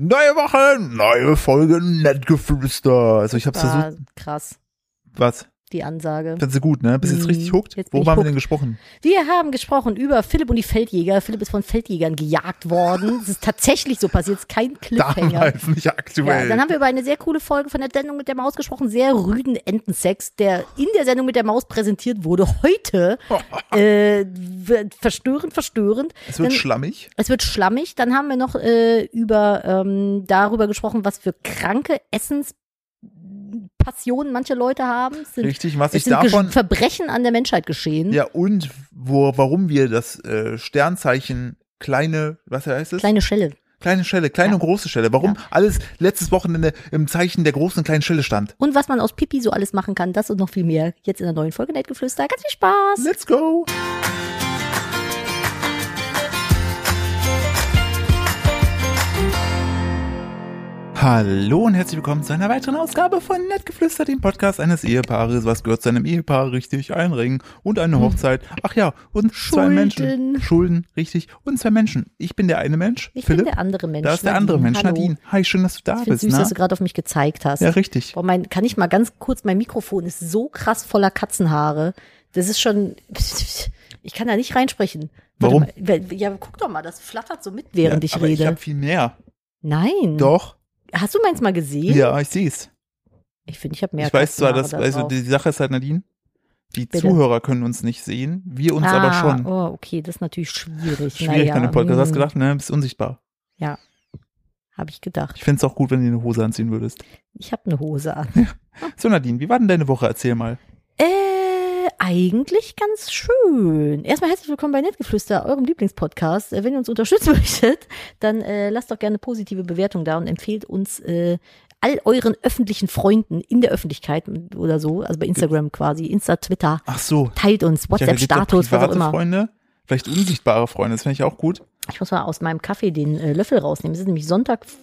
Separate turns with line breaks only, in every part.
Neue Woche, neue Folge Nettgeflüster. Also ich hab's
War
versucht.
Ah, krass,
Was?
die Ansage.
Findest du gut, ne? Bist jetzt
Mhm.
richtig hooked?
Jetzt bin ich
Worüber haben wir
hooked.
denn gesprochen?
Wir haben gesprochen über Philipp und die Feldjäger. Philipp ist von Feldjägern gejagt worden. Es ist tatsächlich so passiert, es ist kein Cliffhanger.
Damals, nicht
Ja,
aktuell.
dann haben wir über eine sehr coole Folge von der Sendung mit der Maus gesprochen, sehr rüden Entensex, der in der Sendung mit der Maus präsentiert wurde. Heute äh, wird verstörend, verstörend.
es wird
Dann-
schlammig.
Es wird schlammig. Dann haben wir noch äh, über ähm, darüber gesprochen, was für kranke Essenspassionen manche Leute haben. Es Sind,
Richtig, was
es
ich
sind Gesch-
davon.
Verbrechen an der Menschheit geschehen.
Ja, und wo, warum wir das äh, Sternzeichen kleine, was heißt es?
Kleine Schelle.
Kleine Schelle, kleine
Ja.
und große Schelle. Warum alles letztes Wochenende im Zeichen der großen und kleinen Schelle stand.
Und was man aus Pipi so alles machen kann, das und noch viel mehr. Jetzt in der neuen Folge Nettgeflüster. Ganz viel Spaß.
Let's go! Hallo und herzlich willkommen zu einer weiteren Ausgabe von Nettgeflüster, dem Podcast eines Ehepaares. Was gehört zu einem Ehepaar? Richtig, ein Ring und eine Hochzeit. Ach ja, und zwei
Hm. Schulden.
Menschen. Schulden, richtig. Und zwei Menschen. Ich bin der eine Mensch,
Ich
Philipp.
bin der andere Mensch.
da ist der
Nadine.
andere Mensch,
Hallo.
Nadine. Hi, schön, dass du da
Ich finde
bist.
süß,
na?
dass du gerade auf mich gezeigt hast.
ja, richtig.
Boah, mein, kann ich mal ganz kurz, mein Mikrofon ist so krass voller Katzenhaare. Das ist schon, ich kann da nicht reinsprechen.
Warum?
Mal, ja, guck doch mal, das flattert so mit, während
ja,
ich
aber
rede. Hm.
Ich habe viel mehr.
Nein.
Doch.
Hast du meins mal gesehen?
Ja, ich sehe es.
Ich finde, ich habe mehr
ich weiß zwar, dass,
Katzenhaare da
also
drauf.
die Sache ist halt, Nadine, die
Bitte.
Zuhörer können uns nicht sehen, wir uns
ah,
aber schon.
Oh, okay, das ist natürlich schwierig.
Schwierig
naja,
bei einem Podcast. Hast
hm,
du gedacht, ne, bist unsichtbar.
Habe ich gedacht.
Ich find's auch gut, wenn du eine Hose anziehen würdest.
Ich habe eine Hose an. Ah.
So, Nadine, wie war denn deine Woche? Erzähl mal.
Äh, eigentlich ganz schön. Erstmal herzlich willkommen bei Nettgeflüster, eurem Lieblingspodcast. Äh, Wenn ihr uns unterstützen möchtet, dann äh, lasst doch gerne positive Bewertung da und empfehlt uns äh, all euren öffentlichen Freunden in der Öffentlichkeit oder so, also bei Instagram quasi, Insta, Twitter.
Ach so.
Teilt uns,
Ich dachte, gibt's
WhatsApp-Status, was
private
auch immer.
Freunde, vielleicht unsichtbare Freunde, das finde ich auch gut.
Ich muss mal aus meinem Kaffee den äh, Löffel rausnehmen. Es ist nämlich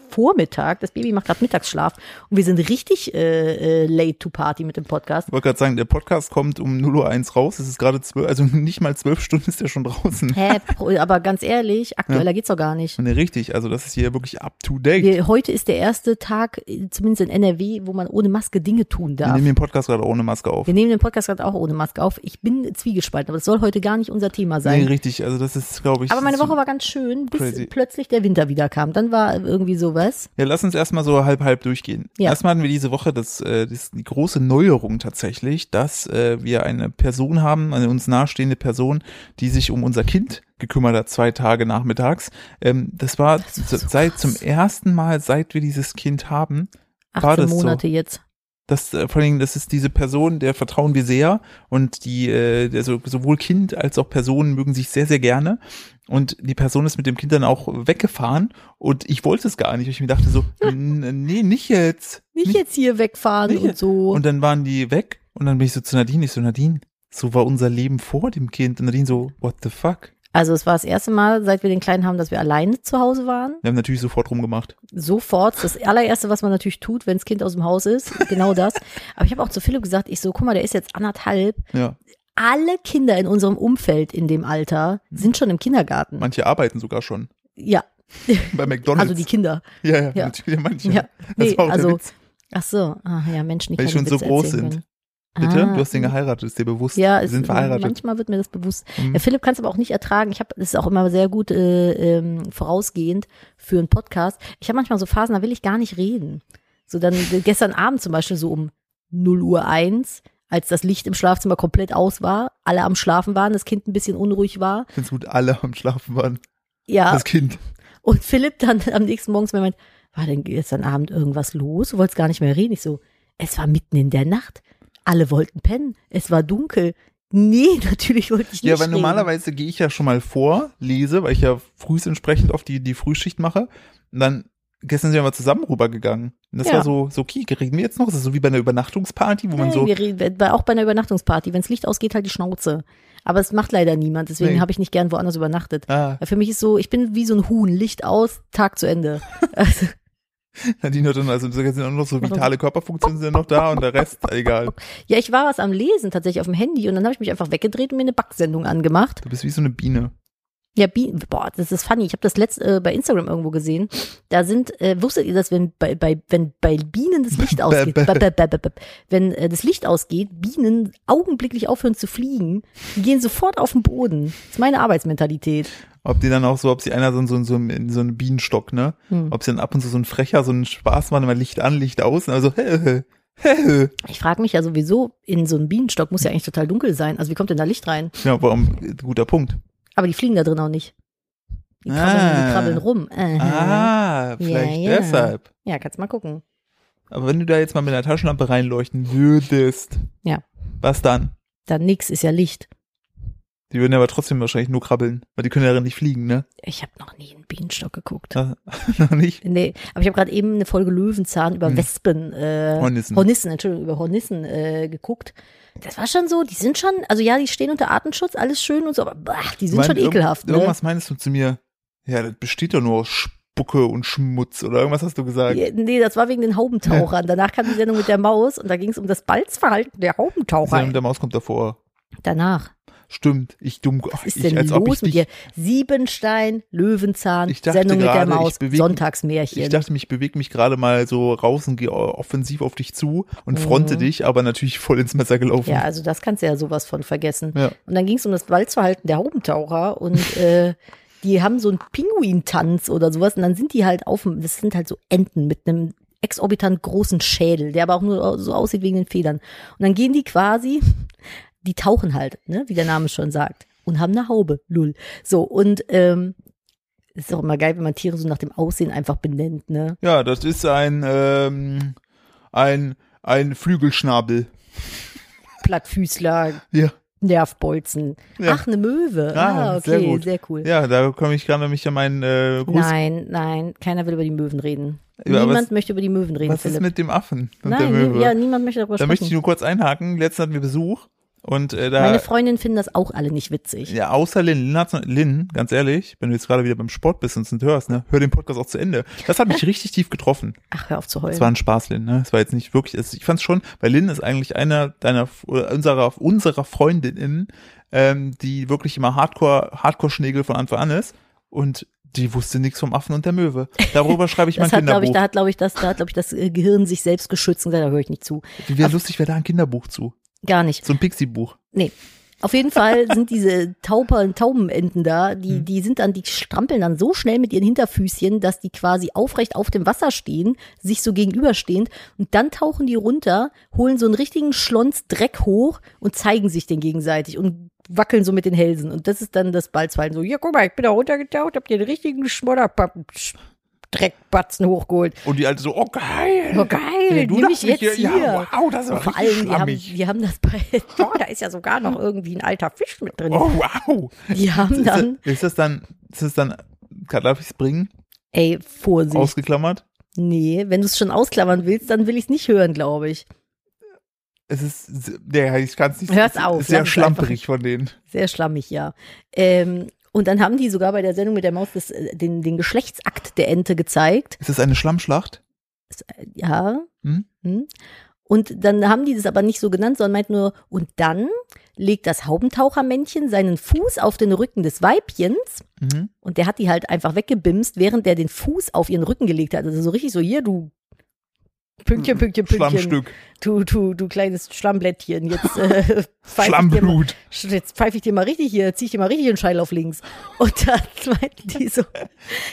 Sonntagvormittag. Das Baby macht gerade Mittagsschlaf und wir sind richtig äh, äh, late to party mit dem Podcast.
Ich wollte gerade sagen, der Podcast kommt um 0.01 Uhr raus, es ist gerade 12, also nicht mal 12 Stunden ist er schon draußen.
Hä, pro- aber ganz ehrlich, aktueller geht's doch gar nicht.
Ne, richtig, also das ist hier wirklich up to date. Wir
Wir, heute ist der erste Tag, äh, zumindest in NRW, wo man ohne Maske Dinge tun darf.
nehmen den Podcast gerade ohne Maske auf.
Wir nehmen den Podcast gerade auch ohne Maske auf. Ich bin zwiegespalten, aber das soll heute gar nicht unser Thema
Nee,
sein.
richtig, also das ist, glaube ich.
aber meine
so-
Woche war ganz schön, bis
Crazy.
plötzlich der Winter wieder kam. Dann war irgendwie sowas.
Ja, lass uns erstmal so halb halb durchgehen.
Ja.
Erstmal hatten wir diese Woche das, äh, das die große Neuerung tatsächlich, dass äh, wir eine Person haben, eine uns nahestehende Person, die sich um unser Kind gekümmert hat, zwei Tage nachmittags. Ähm, das war,
war
zu-
so
seit
krass.
zum ersten Mal, seit wir dieses Kind haben,
18
War das so?
Monate jetzt.
dass äh, vor allen Dingen, das ist diese Person, der vertrauen wir sehr und die, äh, der, so, sowohl Kind als auch Personen mögen sich sehr, sehr gerne. Und die Person ist mit dem Kind dann auch weggefahren und ich wollte es gar nicht. Ich mir dachte so, n- nee, nicht jetzt.
Nicht jetzt hier wegfahren
nicht
und
jetzt.
so.
Und dann waren die weg und dann bin ich so zu Nadine, ich so, Nadine, so war unser Leben vor dem Kind. Und Nadine so, what the fuck?
also es war das erste Mal, seit wir den Kleinen haben, dass wir alleine zu Hause waren.
Wir haben natürlich sofort rumgemacht.
sofort das allererste, was man natürlich tut, wenn das Kind aus dem Haus ist, genau das. Aber ich habe auch zu Philipp gesagt, ich so, guck mal, der ist jetzt anderthalb.
Ja,
Alle Kinder in unserem Umfeld in dem Alter
Hm.
sind schon im Kindergarten.
manche arbeiten sogar schon.
ja,
Bei McDonalds.
also die Kinder.
ja, ja,
ja.
natürlich manche.
Ja,
Das
nee,
war auch der
also
Witz.
ach so, ah, ja, Menschen, die
Weil die
keine
schon so
Witze
groß sind.
erzählen können.
Bitte?
Ah,
du hast den geheiratet, ist dir bewusst.
Ja, äh,
wir
es-
sind verheiratet.
manchmal wird mir das bewusst.
Mhm.
Ja, Philipp kann es aber auch nicht ertragen. Ich habe, das ist auch immer sehr gut äh, ähm, vorausgehend für einen Podcast. Ich habe manchmal so Phasen, da will ich gar nicht reden. So dann äh, gestern Abend zum Beispiel so um 0 Uhr 1, als das Licht im Schlafzimmer komplett aus war, alle am Schlafen waren, das Kind ein bisschen unruhig war.
Ich finde es gut, alle am Schlafen waren.
Ja,
Das Kind.
und Philipp dann am nächsten Morgen zu mir meint, war denn gestern Abend irgendwas los? Du wolltest gar nicht mehr reden. Ich so, es war mitten in der Nacht. Alle wollten pennen. Es war dunkel. Nee, natürlich wollte ich nicht
Ja, weil
reden.
normalerweise gehe ich ja schon mal vor, lese, weil ich ja frühs entsprechend auf die, die Frühschicht mache. Und dann gestern sind wir mal zusammen rübergegangen. Und das
Ja.
war so, so okay, reden wir jetzt noch? Das ist so wie bei einer Übernachtungsparty, wo man
Nee,
so,
wir reden, bei- auch bei einer Übernachtungsparty, wenns Licht ausgeht, halt die Schnauze. Aber es macht leider niemand, deswegen
Nee.
habe ich nicht gern woanders übernachtet.
ah,
Weil Für mich ist so, ich bin wie so ein Huhn, Licht aus, Tag zu Ende. Also,
Nadine hat dann, also sogar sind auch noch so vitale Körperfunktionen sind noch da und der Rest, egal.
ja, ich war was am Lesen tatsächlich auf dem Handy und dann habe ich mich einfach weggedreht und mir eine Backsendung angemacht.
Du bist wie so eine Biene.
Ja, Bienen, boah, das ist funny. Ich habe das letzte äh, bei Instagram irgendwo gesehen. Da sind, äh, wusstet ihr das, wenn bei, bei, wenn bei Bienen das Licht ausgeht,
bäh.
bäh, bäh, bäh, bäh, bäh. wenn äh, das Licht ausgeht, Bienen augenblicklich aufhören zu fliegen, die gehen sofort auf den Boden. Das ist meine Arbeitsmentalität.
Ob die dann auch so, ob sie einer so, so, so, so einen Bienenstock, ne?
Hm.
Ob sie dann ab und zu so ein Frecher, so einen Spaß machen, immer Licht an, Licht aus. Und also, hä, hä, hä.
Ich frage mich ja sowieso, in so einem Bienenstock muss ja eigentlich total dunkel sein. Also wie kommt denn da Licht rein?
Ja, warum? Guter Punkt.
Aber die fliegen da drin auch nicht. Die krabbeln,
Ah.
die krabbeln rum. Äh.
Ah, vielleicht
Ja, ja.
deshalb.
Ja, kannst mal gucken.
Aber wenn du da jetzt mal mit einer Taschenlampe reinleuchten würdest.
Ja.
Was dann?
Dann nix ist ja Licht.
Die würden aber trotzdem wahrscheinlich nur krabbeln, weil die können ja nicht fliegen, ne?
Ich habe noch nie einen Bienenstock geguckt.
Da, noch nicht.
Nee, aber ich habe gerade eben eine Folge Löwenzahn über
Hm.
Wespen, äh,
Hornissen.
Hornissen, Entschuldigung, über Hornissen äh, geguckt. Das war schon so, die sind schon, also ja, die stehen unter Artenschutz, alles schön und so, aber bah, die sind
Mein-
schon
irg-
ekelhaft. Ne?
Irgendwas meinst du zu mir? Ja, das besteht doch nur aus Spucke und Schmutz oder irgendwas hast du gesagt.
Ja, Nee, das war wegen den Haubentauchern. Danach kam die Sendung mit der Maus und da ging es um das Balzverhalten der
Sam
Haubentaucher.
der Maus kommt davor.
Danach.
Stimmt, ich dumm.
Was
ach,
ist
ich,
denn
als ob ich
los mit
dich,
dir? Siebenstein, Löwenzahn,
Ich dachte
Sendung
gerade, ich
mit der Maus,
bewege-
Sonntagsmärchen.
Ich dachte, ich bewege mich gerade mal so raus und gehe offensiv auf dich zu und fronte
Mhm.
dich, aber natürlich voll ins Messer gelaufen.
Ja, also das kannst du ja sowas von vergessen.
Ja.
Und dann ging es um das Walzverhalten der Haubentaucher und äh, die haben so einen Pinguintanz oder sowas und dann sind die halt auf dem, das sind halt so Enten mit einem exorbitant großen Schädel, der aber auch nur so aussieht wegen den Federn. Und dann gehen die quasi, die tauchen halt, ne, wie der Name schon sagt, und haben eine Haube, lul. So, und ähm, ist auch immer geil, wenn man Tiere so nach dem Aussehen einfach benennt, ne?
Ja, das ist ein, ähm, ein, ein Flügelschnabel.
Plattfüßler,
Ja,
Nervbolzen.
Ja.
Ach, eine Möwe.
Ah,
Ah, okay,
sehr gut.
sehr cool.
ja da komme ich gerade nämlich an meinen äh, Gruß.
Nein, nein, keiner will über die Möwen reden.
Ja, aber
niemand möchte über die Möwen reden,
Was ist
Philipp.
mit dem Affen und
nein,
der
nie-
Möwe?
ja, niemand möchte darüber
da möchte ich
sprechen.
nur kurz einhaken. Letztens hatten wir Besuch und äh, da
Meine Freundinnen finden das auch alle nicht witzig.
Ja, außer Lin. Lin, hat's noch, Lin, ganz ehrlich, wenn du jetzt gerade wieder beim Sport bist und es nicht hörst, ne, hör den Podcast auch zu Ende. Das hat mich richtig tief getroffen.
Ach, hör auf zu
Es
heulen.
war ein Spaß, Lin, ne? Es war jetzt nicht wirklich, es, ich fand's schon, weil Lin ist eigentlich einer deiner, oder unserer, unserer Freundinnen, ähm, die wirklich immer Hardcore, Hardcore-Schnägel von Anfang an ist und die wusste nichts vom Affen und der Möwe. Darüber schreibe ich mein
Das hat, glaube
Kinderbuch.
ich, da hat, glaube ich, das, da hat, glaube ich, das äh, Gehirn sich selbst geschützt und gesagt, da höre ich nicht zu.
Wie wär lustig wäre da ein Kinderbuch zu.
Gar nicht.
So ein Pixie-Buch.
Nee. Auf jeden Fall sind diese Tauber, Taubenenten da, die,
Hm.
die sind dann, die strampeln dann so schnell mit ihren Hinterfüßchen, dass die quasi aufrecht auf dem Wasser stehen, sich so gegenüberstehend, und dann tauchen die runter, holen so einen richtigen Schlons Dreck hoch und zeigen sich den gegenseitig und wackeln so mit den Hälsen. Und das ist dann das Balzfallen. So, ja, guck mal, ich bin da runtergetaucht, hab dir den richtigen Schmodderpappen, Sch- Dreckbatzen hochgeholt.
Und die alte so, oh geil.
Oh, geil,
Ja, du
nimm
darfst
ich jetzt
mich
hier.
Ja, wow, das ist aber richtig
Vor allem, wir haben,
schlammig.
wir haben das bei, oh, da ist ja sogar noch irgendwie ein alter Fisch mit drin.
Oh, wow.
Die haben
Ist,
dann,
das- ist das dann, ist das dann, kann- darf ich es bringen?
ey, Vorsicht.
Ausgeklammert.
nee, wenn du es schon ausklammern willst, dann will ich es nicht hören, glaube ich.
Es ist, nee, ich kann es nicht.
Hör's
es
auf,
Ist sehr
lass es
schlamperig von denen.
Sehr schlammig, ja. Ähm, und dann haben die sogar bei der Sendung mit der Maus das, äh, den, den Geschlechtsakt der Ente gezeigt.
Ist das eine Schlammschlacht?
Ja.
Hm?
Hm. Und dann haben die das aber nicht so genannt, sondern meint nur, und dann legt das Haubentauchermännchen seinen Fuß auf den Rücken des Weibchens
Mhm.
Und der hat die halt einfach weggebimst, während der den Fuß auf ihren Rücken gelegt hat. Also so richtig so, hier, du Pünktchen, Pünktchen, Pünktchen.
Schlammstück,
Du, du, du kleines Schlammblättchen. Jetzt, äh, pfeif ich dir mal,
Schlammblut.
sch- jetzt pfeif ich dir mal richtig hier, zieh ich dir mal richtig den Scheil auf links. Und dann meinten die so,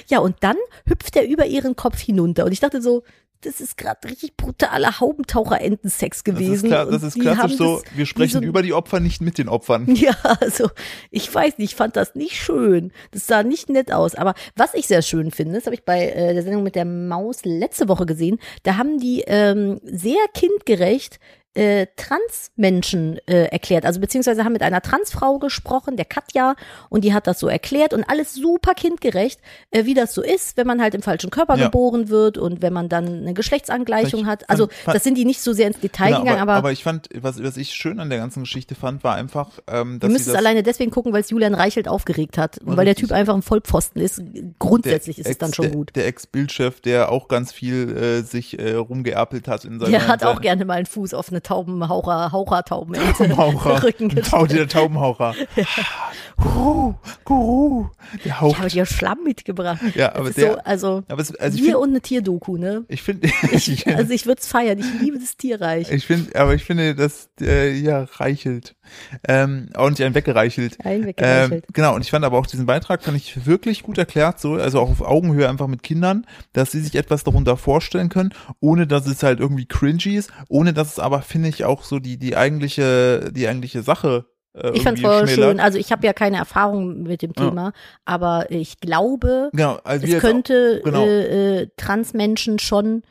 ja, und dann hüpft er über ihren Kopf hinunter. Und ich dachte so, das ist gerade richtig brutaler Haubentaucher-Entensex
Das ist,
gewesen.
klar, das
Und
ist
die
klassisch
haben
so,
das
wir sprechen
so-
über die Opfer, nicht mit den Opfern.
ja, also ich weiß nicht, ich fand das nicht schön. Das sah nicht nett aus. Aber was ich sehr schön finde, das habe ich bei äh, der Sendung mit der Maus letzte Woche gesehen, da haben die ähm, sehr kindgerecht äh, Transmenschen äh, erklärt. Also beziehungsweise haben mit einer Transfrau gesprochen, der Katja, und die hat das so erklärt und alles super kindgerecht, äh, wie das so ist, wenn man halt im falschen Körper
Ja.
geboren wird und wenn man dann eine Geschlechtsangleichung
Ich
hat. Also
fand- fand-
das sind die nicht so sehr ins Detail
Genau,
gegangen,
aber, ich fand, was, was ich schön an der ganzen Geschichte fand, war einfach, ähm, dass
Wir
sie
müssen es
das,
alleine deswegen gucken, weil es Julian Reichelt aufgeregt hat und weil der
Richtig.
Typ einfach ein Vollpfosten ist. Grundsätzlich ist es
Ex-
dann schon
der,
gut.
Der Ex-Bildchef, der auch ganz viel äh, sich äh, rumgeerpelt hat in seiner
Der hat
seiner-
auch gerne mal einen Fuß auf eine eine Taubenhaucher, Hauchertaubenente
Taubenhaucher.
Rücken
Tau, der Taubenhaucher. Guru, Guru. Der
Ich habe
haucht.
dir Schlamm mitgebracht.
Ja,
Das
aber
ist
der-
so, also,
Aber es, also ich
Bier
finde,
und eine Tierdoku, ne?
ich finde,
Ich, also ich würde es feiern. Ich liebe das Tierreich.
ich finde, aber ich finde, das, äh, ja, reichelt. Ähm, ordentlich einen weggereichelt.
Ein
Ähm,
weggereichelt.
genau, und ich fand aber auch diesen Beitrag, fand ich wirklich gut erklärt, so, also auch auf Augenhöhe einfach mit Kindern, dass sie sich etwas darunter vorstellen können, ohne dass es halt irgendwie cringy ist, ohne dass es aber, finde ich, auch so die, die eigentliche, die eigentliche Sache äh,
ich fand's
irgendwie
voll
schmälert.
schön. Also ich habe ja keine Erfahrung mit dem
Ja.
Thema, aber ich glaube,
Genau, also wir
es
jetzt auch-
könnte
genau.
äh, äh, Transmenschen schon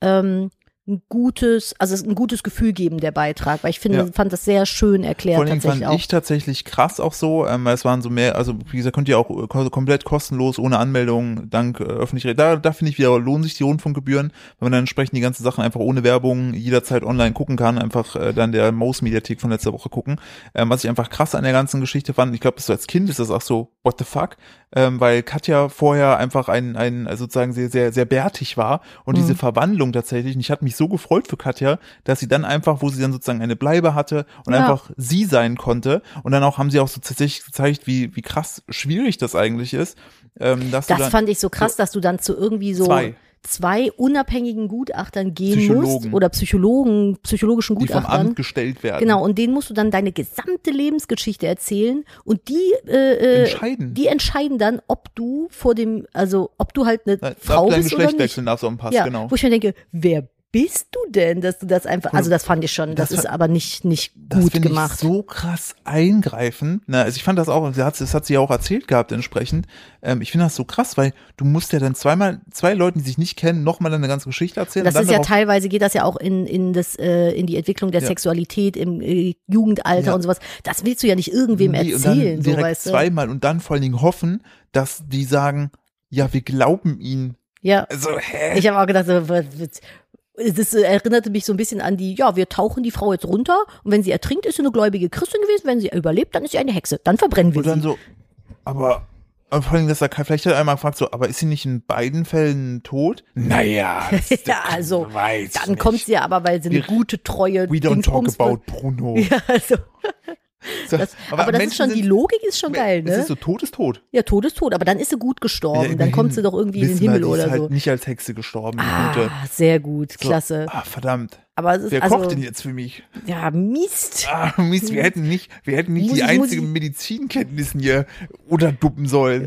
ähm, ein gutes, also es ein gutes Gefühl geben, der Beitrag, weil ich finde,
Ja.
fand das sehr schön erklärt
Vor allem
tatsächlich
fand
auch.
ich tatsächlich krass auch so. Ähm, es waren so mehr, also wie gesagt, könnt ihr auch äh, ko- komplett kostenlos ohne Anmeldung dank äh, öffentlich. Da, da finde ich wieder, lohnen sich die Rundfunkgebühren, wenn man dann entsprechend die ganzen Sachen einfach ohne Werbung jederzeit online gucken kann, einfach äh, dann der Maus-Mediathek von letzter Woche gucken. Ähm, was ich einfach krass an der ganzen Geschichte fand, ich glaube, so als Kind ist das auch so, what the fuck? Ähm, weil Katja vorher einfach ein, ein also sozusagen sehr, sehr, sehr bärtig war und diese
Mhm.
Verwandlung tatsächlich, und ich hatte mich so gefreut für Katja, dass sie dann einfach, wo sie dann sozusagen eine Bleibe hatte und
Ja.
einfach sie sein konnte. Und dann auch haben sie auch so tatsächlich gezeigt, wie, wie krass schwierig das eigentlich ist. Ähm, dass du
Das
dann,
fand ich so krass, dass du dann zu irgendwie so
Zwei.
zwei unabhängigen Gutachtern gehen musst
Psychologen.
oder Psychologen, psychologischen
die vom
Gutachtern.
Amt gestellt werden.
Genau, und denen musst du dann deine gesamte Lebensgeschichte erzählen und die äh, äh,
Entscheiden.
die entscheiden dann, ob du vor dem, also ob du halt eine
Äh, ob
Frau
du dein
bist oder
Geschlecht
nicht.
wechseln darfst auf dem Pass,
ja,
genau.
Wo ich mir denke, wer bist du denn, dass du das einfach, also das fand ich schon, das,
Hm. Das
ist aber nicht, nicht
das
gut
finde
gemacht.
Ich so krass eingreifend. Na, also ich fand das auch, und sie hat- das hat sie ja auch erzählt gehabt entsprechend. Ähm, ich finde das so krass, weil du musst ja dann zweimal, zwei Leuten, die sich nicht kennen, nochmal eine ganze Geschichte erzählen.
das
und dann
ist ja
darauf-
teilweise geht das ja auch in in das äh, in die Entwicklung der
Ja.
Sexualität im äh, Jugendalter
Ja.
und sowas. Das willst du ja nicht irgendwem
Nee,
erzählen,
und dann
so
direkt
weißt du.
zweimal und dann vor allen Dingen hoffen, dass die sagen, ja, wir glauben ihnen.
Ja,
Also, hä?
ich habe auch gedacht, so, was- was- das erinnerte mich so ein bisschen an die, ja, wir tauchen die Frau jetzt runter und wenn sie ertrinkt, ist sie eine gläubige Christin gewesen, wenn sie überlebt, dann ist sie eine Hexe, dann verbrennen wir
und dann
sie.
so, aber und vor allen Dingen, dass da vielleicht hat einmal gefragt, so, aber ist sie nicht in beiden Fällen tot? Naja, das-
ja, also
weiß
dann
nicht.
kommt sie aber, weil sie eine
Wir-
gute treue
We don't talk
Dingsbums-
about Bruno.
Ja, also,
So,
das, aber, das
Menschen
ist schon, die
sind-
Logik ist schon geil,
Es
ne?
ist so, tot ist tot.
ja, Tod ist tot, aber dann ist sie gut gestorben, dann kommt sie doch irgendwie in den Himmel
die ist
oder
halt
so.
nicht als Hexe gestorben. die Gute.
Ah, sehr gut,
So,
klasse.
Ah, verdammt.
Aber es ist
Wer
also,
kocht denn jetzt für mich?
ja, Mist.
Ah, Mist, wir hätten nicht, wir hätten nicht
Muss
die
ich- muss
einzigen
ich-
Medizinkenntnissen hier unterduppen sollen.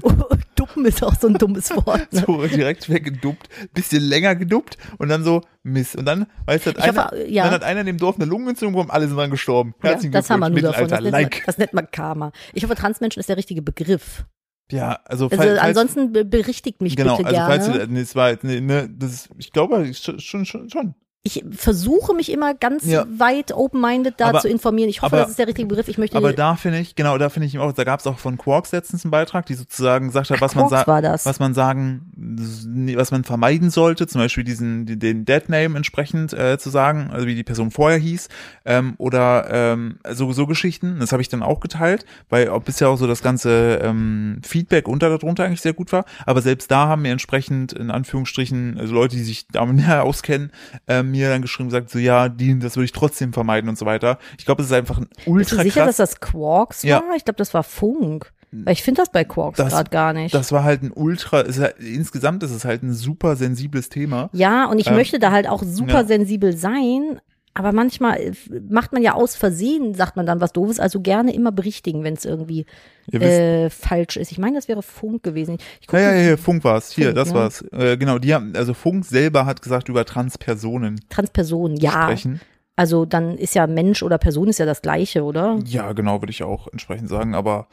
Duppen ist auch so ein dummes Wort. Ne?
So direkt weggeduppt, bisschen länger geduppt und dann so Mist. Und dann, weißt du, hat
Ich hoffe,
einer,
ja.
dann hat einer in dem Dorf eine Lungenentzündung bekommen, alle sind dann gestorben.
Ja,
Herzlichen
das haben wir nur
Glückwunsch,
davon. Das
Mittelalter,
nennt, man,
like.
das nennt man Karma. Ich hoffe, Transmenschen ist der richtige Begriff.
Ja, also,
Also
falls- falls-
ansonsten be- berichtigt mich
genau,
bitte
also
gerne.
falls du, nee, es war, nee, ne, das ist, ich glaube, schon, schon, schon, schon.
ich versuche mich immer ganz
Ja.
weit open-minded da
Aber-
zu informieren. Ich hoffe,
aber-
das ist der richtige Begriff. Ich möchte
Aber da finde ich, genau, da finde ich eben auch, da gab es auch von Quarks letztens einen Beitrag, die sozusagen gesagt hat, was man
Quarks
sagt.
war das.
Was man sagen, nee, was man vermeiden sollte, zum Beispiel diesen, den Deadname entsprechend äh, zu sagen, also wie die Person vorher hieß, ähm, oder ähm, so, so Geschichten. Das habe ich dann auch geteilt, weil auch bisher auch so das ganze ähm, Feedback unter darunter eigentlich sehr gut war. Aber selbst da haben mir entsprechend in Anführungsstrichen, also Leute, die sich damit näher auskennen, äh, mir dann geschrieben gesagt, so ja, die, das würde ich trotzdem vermeiden und so weiter. Ich glaube, es ist einfach ein
Bist du
ultra
sicher,
krass
dass das Quarks
Ja. Hm.
war? Ich glaube, das war Funk. Weil ich finde das bei Quarks
Das-
gerade gar nicht.
Das war halt ein ultra, ist halt, insgesamt ist es halt ein super sensibles Thema.
ja, und ich
Ähm,
möchte da halt auch super
ja.
sensibel sein, aber manchmal äh, macht man ja aus Versehen, sagt man dann was Doofes, also gerne immer berichtigen, wenn es irgendwie
Ihr wisst,
äh, falsch ist. Ich meine, das wäre Funk gewesen. Ich guck
ja, ja,
mal,
ja, Funk war's. Hier,
Funk,
das
ne?
war's. Äh, genau, die haben, also Funk selber hat gesagt, über Transpersonen
Transperson, ja.
sprechen.
Also dann ist ja Mensch oder Person ist ja das gleiche, oder?
Ja, genau, würde ich auch entsprechend sagen, aber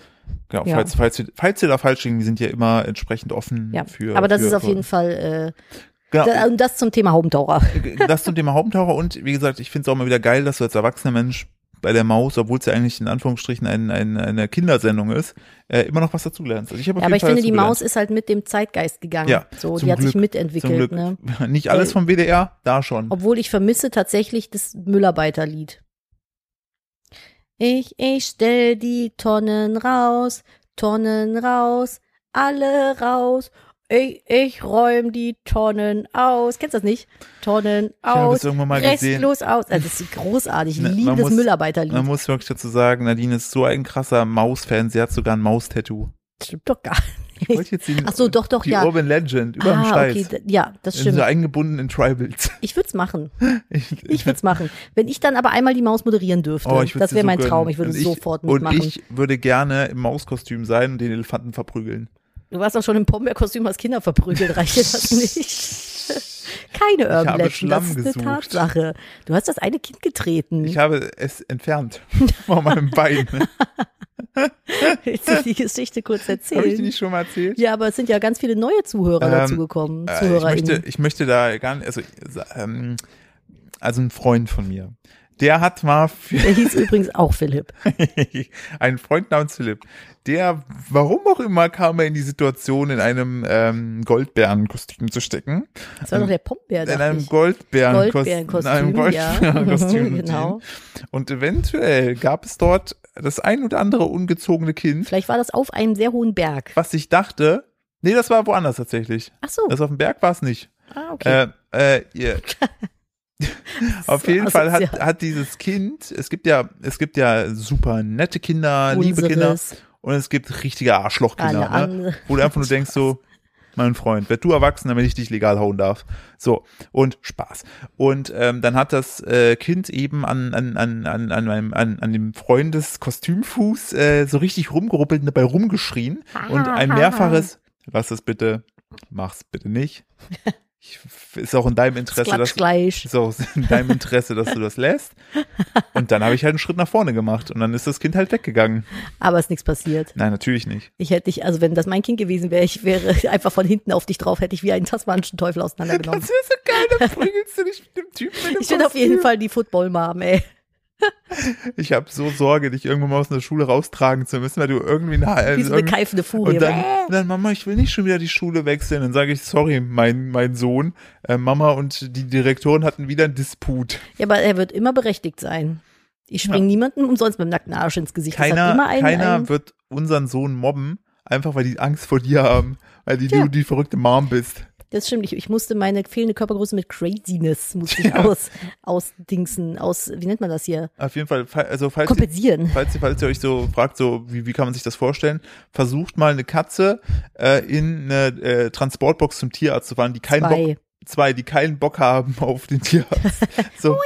genau,
Ja.
falls, falls, wir, falls wir da falsch liegen, wir sind ja immer entsprechend offen
Ja,
für.
aber das
für,
ist auf
für-
jeden Fall, äh,
Genau, äh,
da, und das zum Thema Haubentaucher.
das zum Thema Haubentaucher und wie gesagt, ich finde es auch mal wieder geil, dass du als erwachsener Mensch bei der Maus, obwohl es ja eigentlich in Anführungsstrichen ein, ein, eine Kindersendung ist, äh, immer noch was dazulernst. Also ich hab auf
Ja,
jeden
aber ich
Fall
finde, die
dazugelernt.
Maus ist halt mit dem Zeitgeist gegangen.
Ja,
so,
zum
die hat sich
Glück,
mitentwickelt, ne?
Nicht alles vom WDR, da schon.
Obwohl ich vermisse tatsächlich das Müllarbeiterlied. Ich, ich stell die Tonnen raus, Tonnen raus, alle raus. Ich, ich räume die Tonnen aus. Kennst du das nicht? Tonnen
habe
aus.
es irgendwann mal
restlos aus. Also, das ist großartig. Ich
Ne,
liebe
man
das
muss-
Müllarbeiterlied.
Man muss wirklich dazu sagen, Nadine ist so ein krasser Maus-Fan, sie hat sogar ein Maus-Tattoo.
Stimmt doch gar
Ich
nicht.
wollte jetzt den,
Ach so, doch, doch,
die
ja.
Urban Legend über dem
ah,
Steiß.
okay, d- ja, das
in so
stimmt.
eingebunden in Tribals.
Ich würde es machen.
Ich,
Ich würde es machen. Wenn ich dann aber einmal die Maus moderieren dürfte,
Oh, ich würd's
das
dir
wäre
so
mein
gönnen.
Traum. Ich würde
Und
sofort mitmachen.
Und ich würde gerne im Mauskostüm sein und den Elefanten verprügeln.
du warst auch schon im Pombeerkostüm, hast Kinder verprügelt, reicht dir das nicht? Keine Urban
habe
Legend,
Schlamm
das ist
gesucht.
eine Tatsache. Du hast das eine Kind getreten.
Ich habe es entfernt von meinem Bein.
Willst du die Geschichte kurz
Habe ich die
erzählen?
nicht schon mal erzählt?
Ja, aber es sind ja ganz viele neue Zuhörer
Ähm,
dazugekommen.
Äh, ich,
ZuhörerInnen.
möchte, ich möchte da gar nicht, also, ähm, also ein Freund von mir, der hat mal für
Der hieß übrigens auch Philipp.
einen Freund namens Philipp, der, warum auch immer, kam er in die Situation, in einem ähm, Goldbärenkostüm zu stecken.
Das war doch der Pombeer,
In
dachte
einem
ich.
Goldbärenkostüm. In einem
Goldbärenkostüm, ja.
Goldbärenkostüm.
genau.
Und eventuell gab es dort das ein oder andere ungezogene Kind,
Vielleicht war das auf einem sehr hohen Berg.
was ich dachte, nee, das war woanders tatsächlich.
Ach so.
Also auf dem Berg war es nicht.
Ah, Oh. okay.
Äh, äh, ihr- Auf
So
jeden Fall hat,
asozial.
hat dieses Kind, es gibt ja, es gibt ja super nette Kinder, liebe Kinder
Unseres,
und es gibt richtige
Alle
Arschlochkinder, ne?
andere.
wo du einfach nur denkst so, mein Freund, werd du erwachsen, damit ich dich legal hauen darf. So, und Spaß. Und ähm, dann hat das äh, Kind eben an, an, an, an, an, meinem, an, an dem Freundeskostümfuß äh, so richtig rumgeruppelt und dabei rumgeschrien und ein mehrfaches, lass es bitte, mach's bitte nicht. Ich, ist auch in deinem
Das
Interesse, dass,
Klatschfleisch.
ist auch in deinem Interesse, dass du das lässt. Und dann habe ich halt einen Schritt nach vorne gemacht und dann ist das Kind halt weggegangen.
Aber ist nichts passiert.
Nein, natürlich nicht.
Ich hätte dich, also wenn das mein Kind gewesen wäre, ich wäre einfach von hinten auf dich drauf, hätte ich wie einen tasmanischen Teufel auseinandergenommen.
Das wäre so geil, dann prügelst du dich mit dem Typen. mit dem
Ich bin auf jeden Fall die Football-Mom, ey.
Ich habe so Sorge, dich irgendwann mal aus einer Schule raustragen zu müssen, weil du irgendwie eine,
Wie so eine
irgendwie-
keifende Furie.
und dann, dann Mama, ich will nicht schon wieder die Schule wechseln. Dann sage ich, sorry, mein mein Sohn, äh, Mama und die Direktorin hatten wieder einen Disput.
Ja, aber er wird immer berechtigt sein. Ich springe
Ja.
niemandem umsonst mit dem nackten Arsch ins Gesicht. das hat immer
Keiner,
einen,
keiner
einen
wird unseren Sohn mobben, einfach weil die Angst vor dir haben, weil die,
Tja.
du die verrückte Mom bist.
Das stimmt. Ich, ich musste meine fehlende Körpergröße mit Craziness musste ich
Ja.
aus, ausdingsen, aus, wie nennt man das hier?
Auf jeden Fall, fa- also falls ihr,
Kompensieren.
falls, ihr, falls ihr euch so fragt, so wie, wie kann man sich das vorstellen, versucht mal eine Katze äh, in eine äh, Transportbox zum Tierarzt zu fahren, die keinen Bock
Bei.
zwei, die keinen Bock haben auf den Tierarzt.
Oh,
So,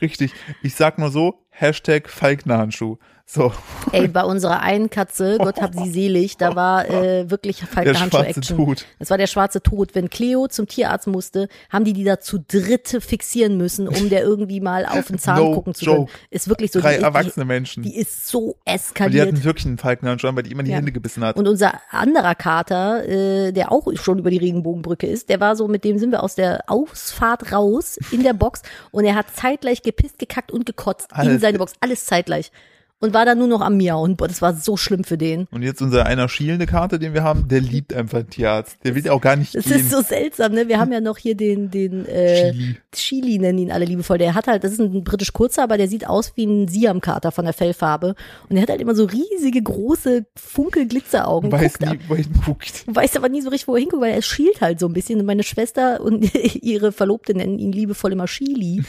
richtig. Ich sag nur so, Hashtag Falknerhandschuh. So,
Ey, bei unserer einen Katze, Gott hab sie selig, da war äh, wirklich
der schwarze
Falkenhandschuh-Action.
Tod.
Das war der schwarze Tod. Wenn Cleo zum Tierarzt musste, haben die die da zu dritte fixieren müssen, um der irgendwie mal auf den Zahn
No
gucken zu
joke.
können. Ist wirklich so.
Drei
die,
erwachsene Menschen.
Die, die ist so
und die
eskaliert.
hatten wirklich einen Falknerhandschuh an, weil die immer die
Ja.
Hände gebissen hat.
Und unser anderer Kater, äh, der auch schon über die Regenbogenbrücke ist, der war so, mit dem sind wir aus der Ausfahrt raus in der Box und er hat zeitgleich gepisst, gekackt und gekotzt in
Alles-
seine Box. Alles zeitgleich. Und war dann nur noch am Miauen. Boah, das war so schlimm für den.
Und jetzt unser einer schielende Karte, den wir haben, der liebt einfach den Tierarzt. Der will ja auch gar nicht
Das
gehen.
ist so seltsam, ne? Wir haben ja noch hier den, den äh,
Chili.
Chili nennen ihn alle liebevoll. Der hat halt, das ist ein britisch kurzer, aber der sieht aus wie ein Siamkater von der Fellfarbe. Und der hat halt immer so riesige, große Funkelglitzeraugen.
Weiß
Guckt
nie, wohin guckt.
Und weiß aber nie so richtig, wo er hinguckt, weil er schielt halt so ein bisschen. Und meine Schwester und ihre Verlobte nennen ihn liebevoll immer Chili.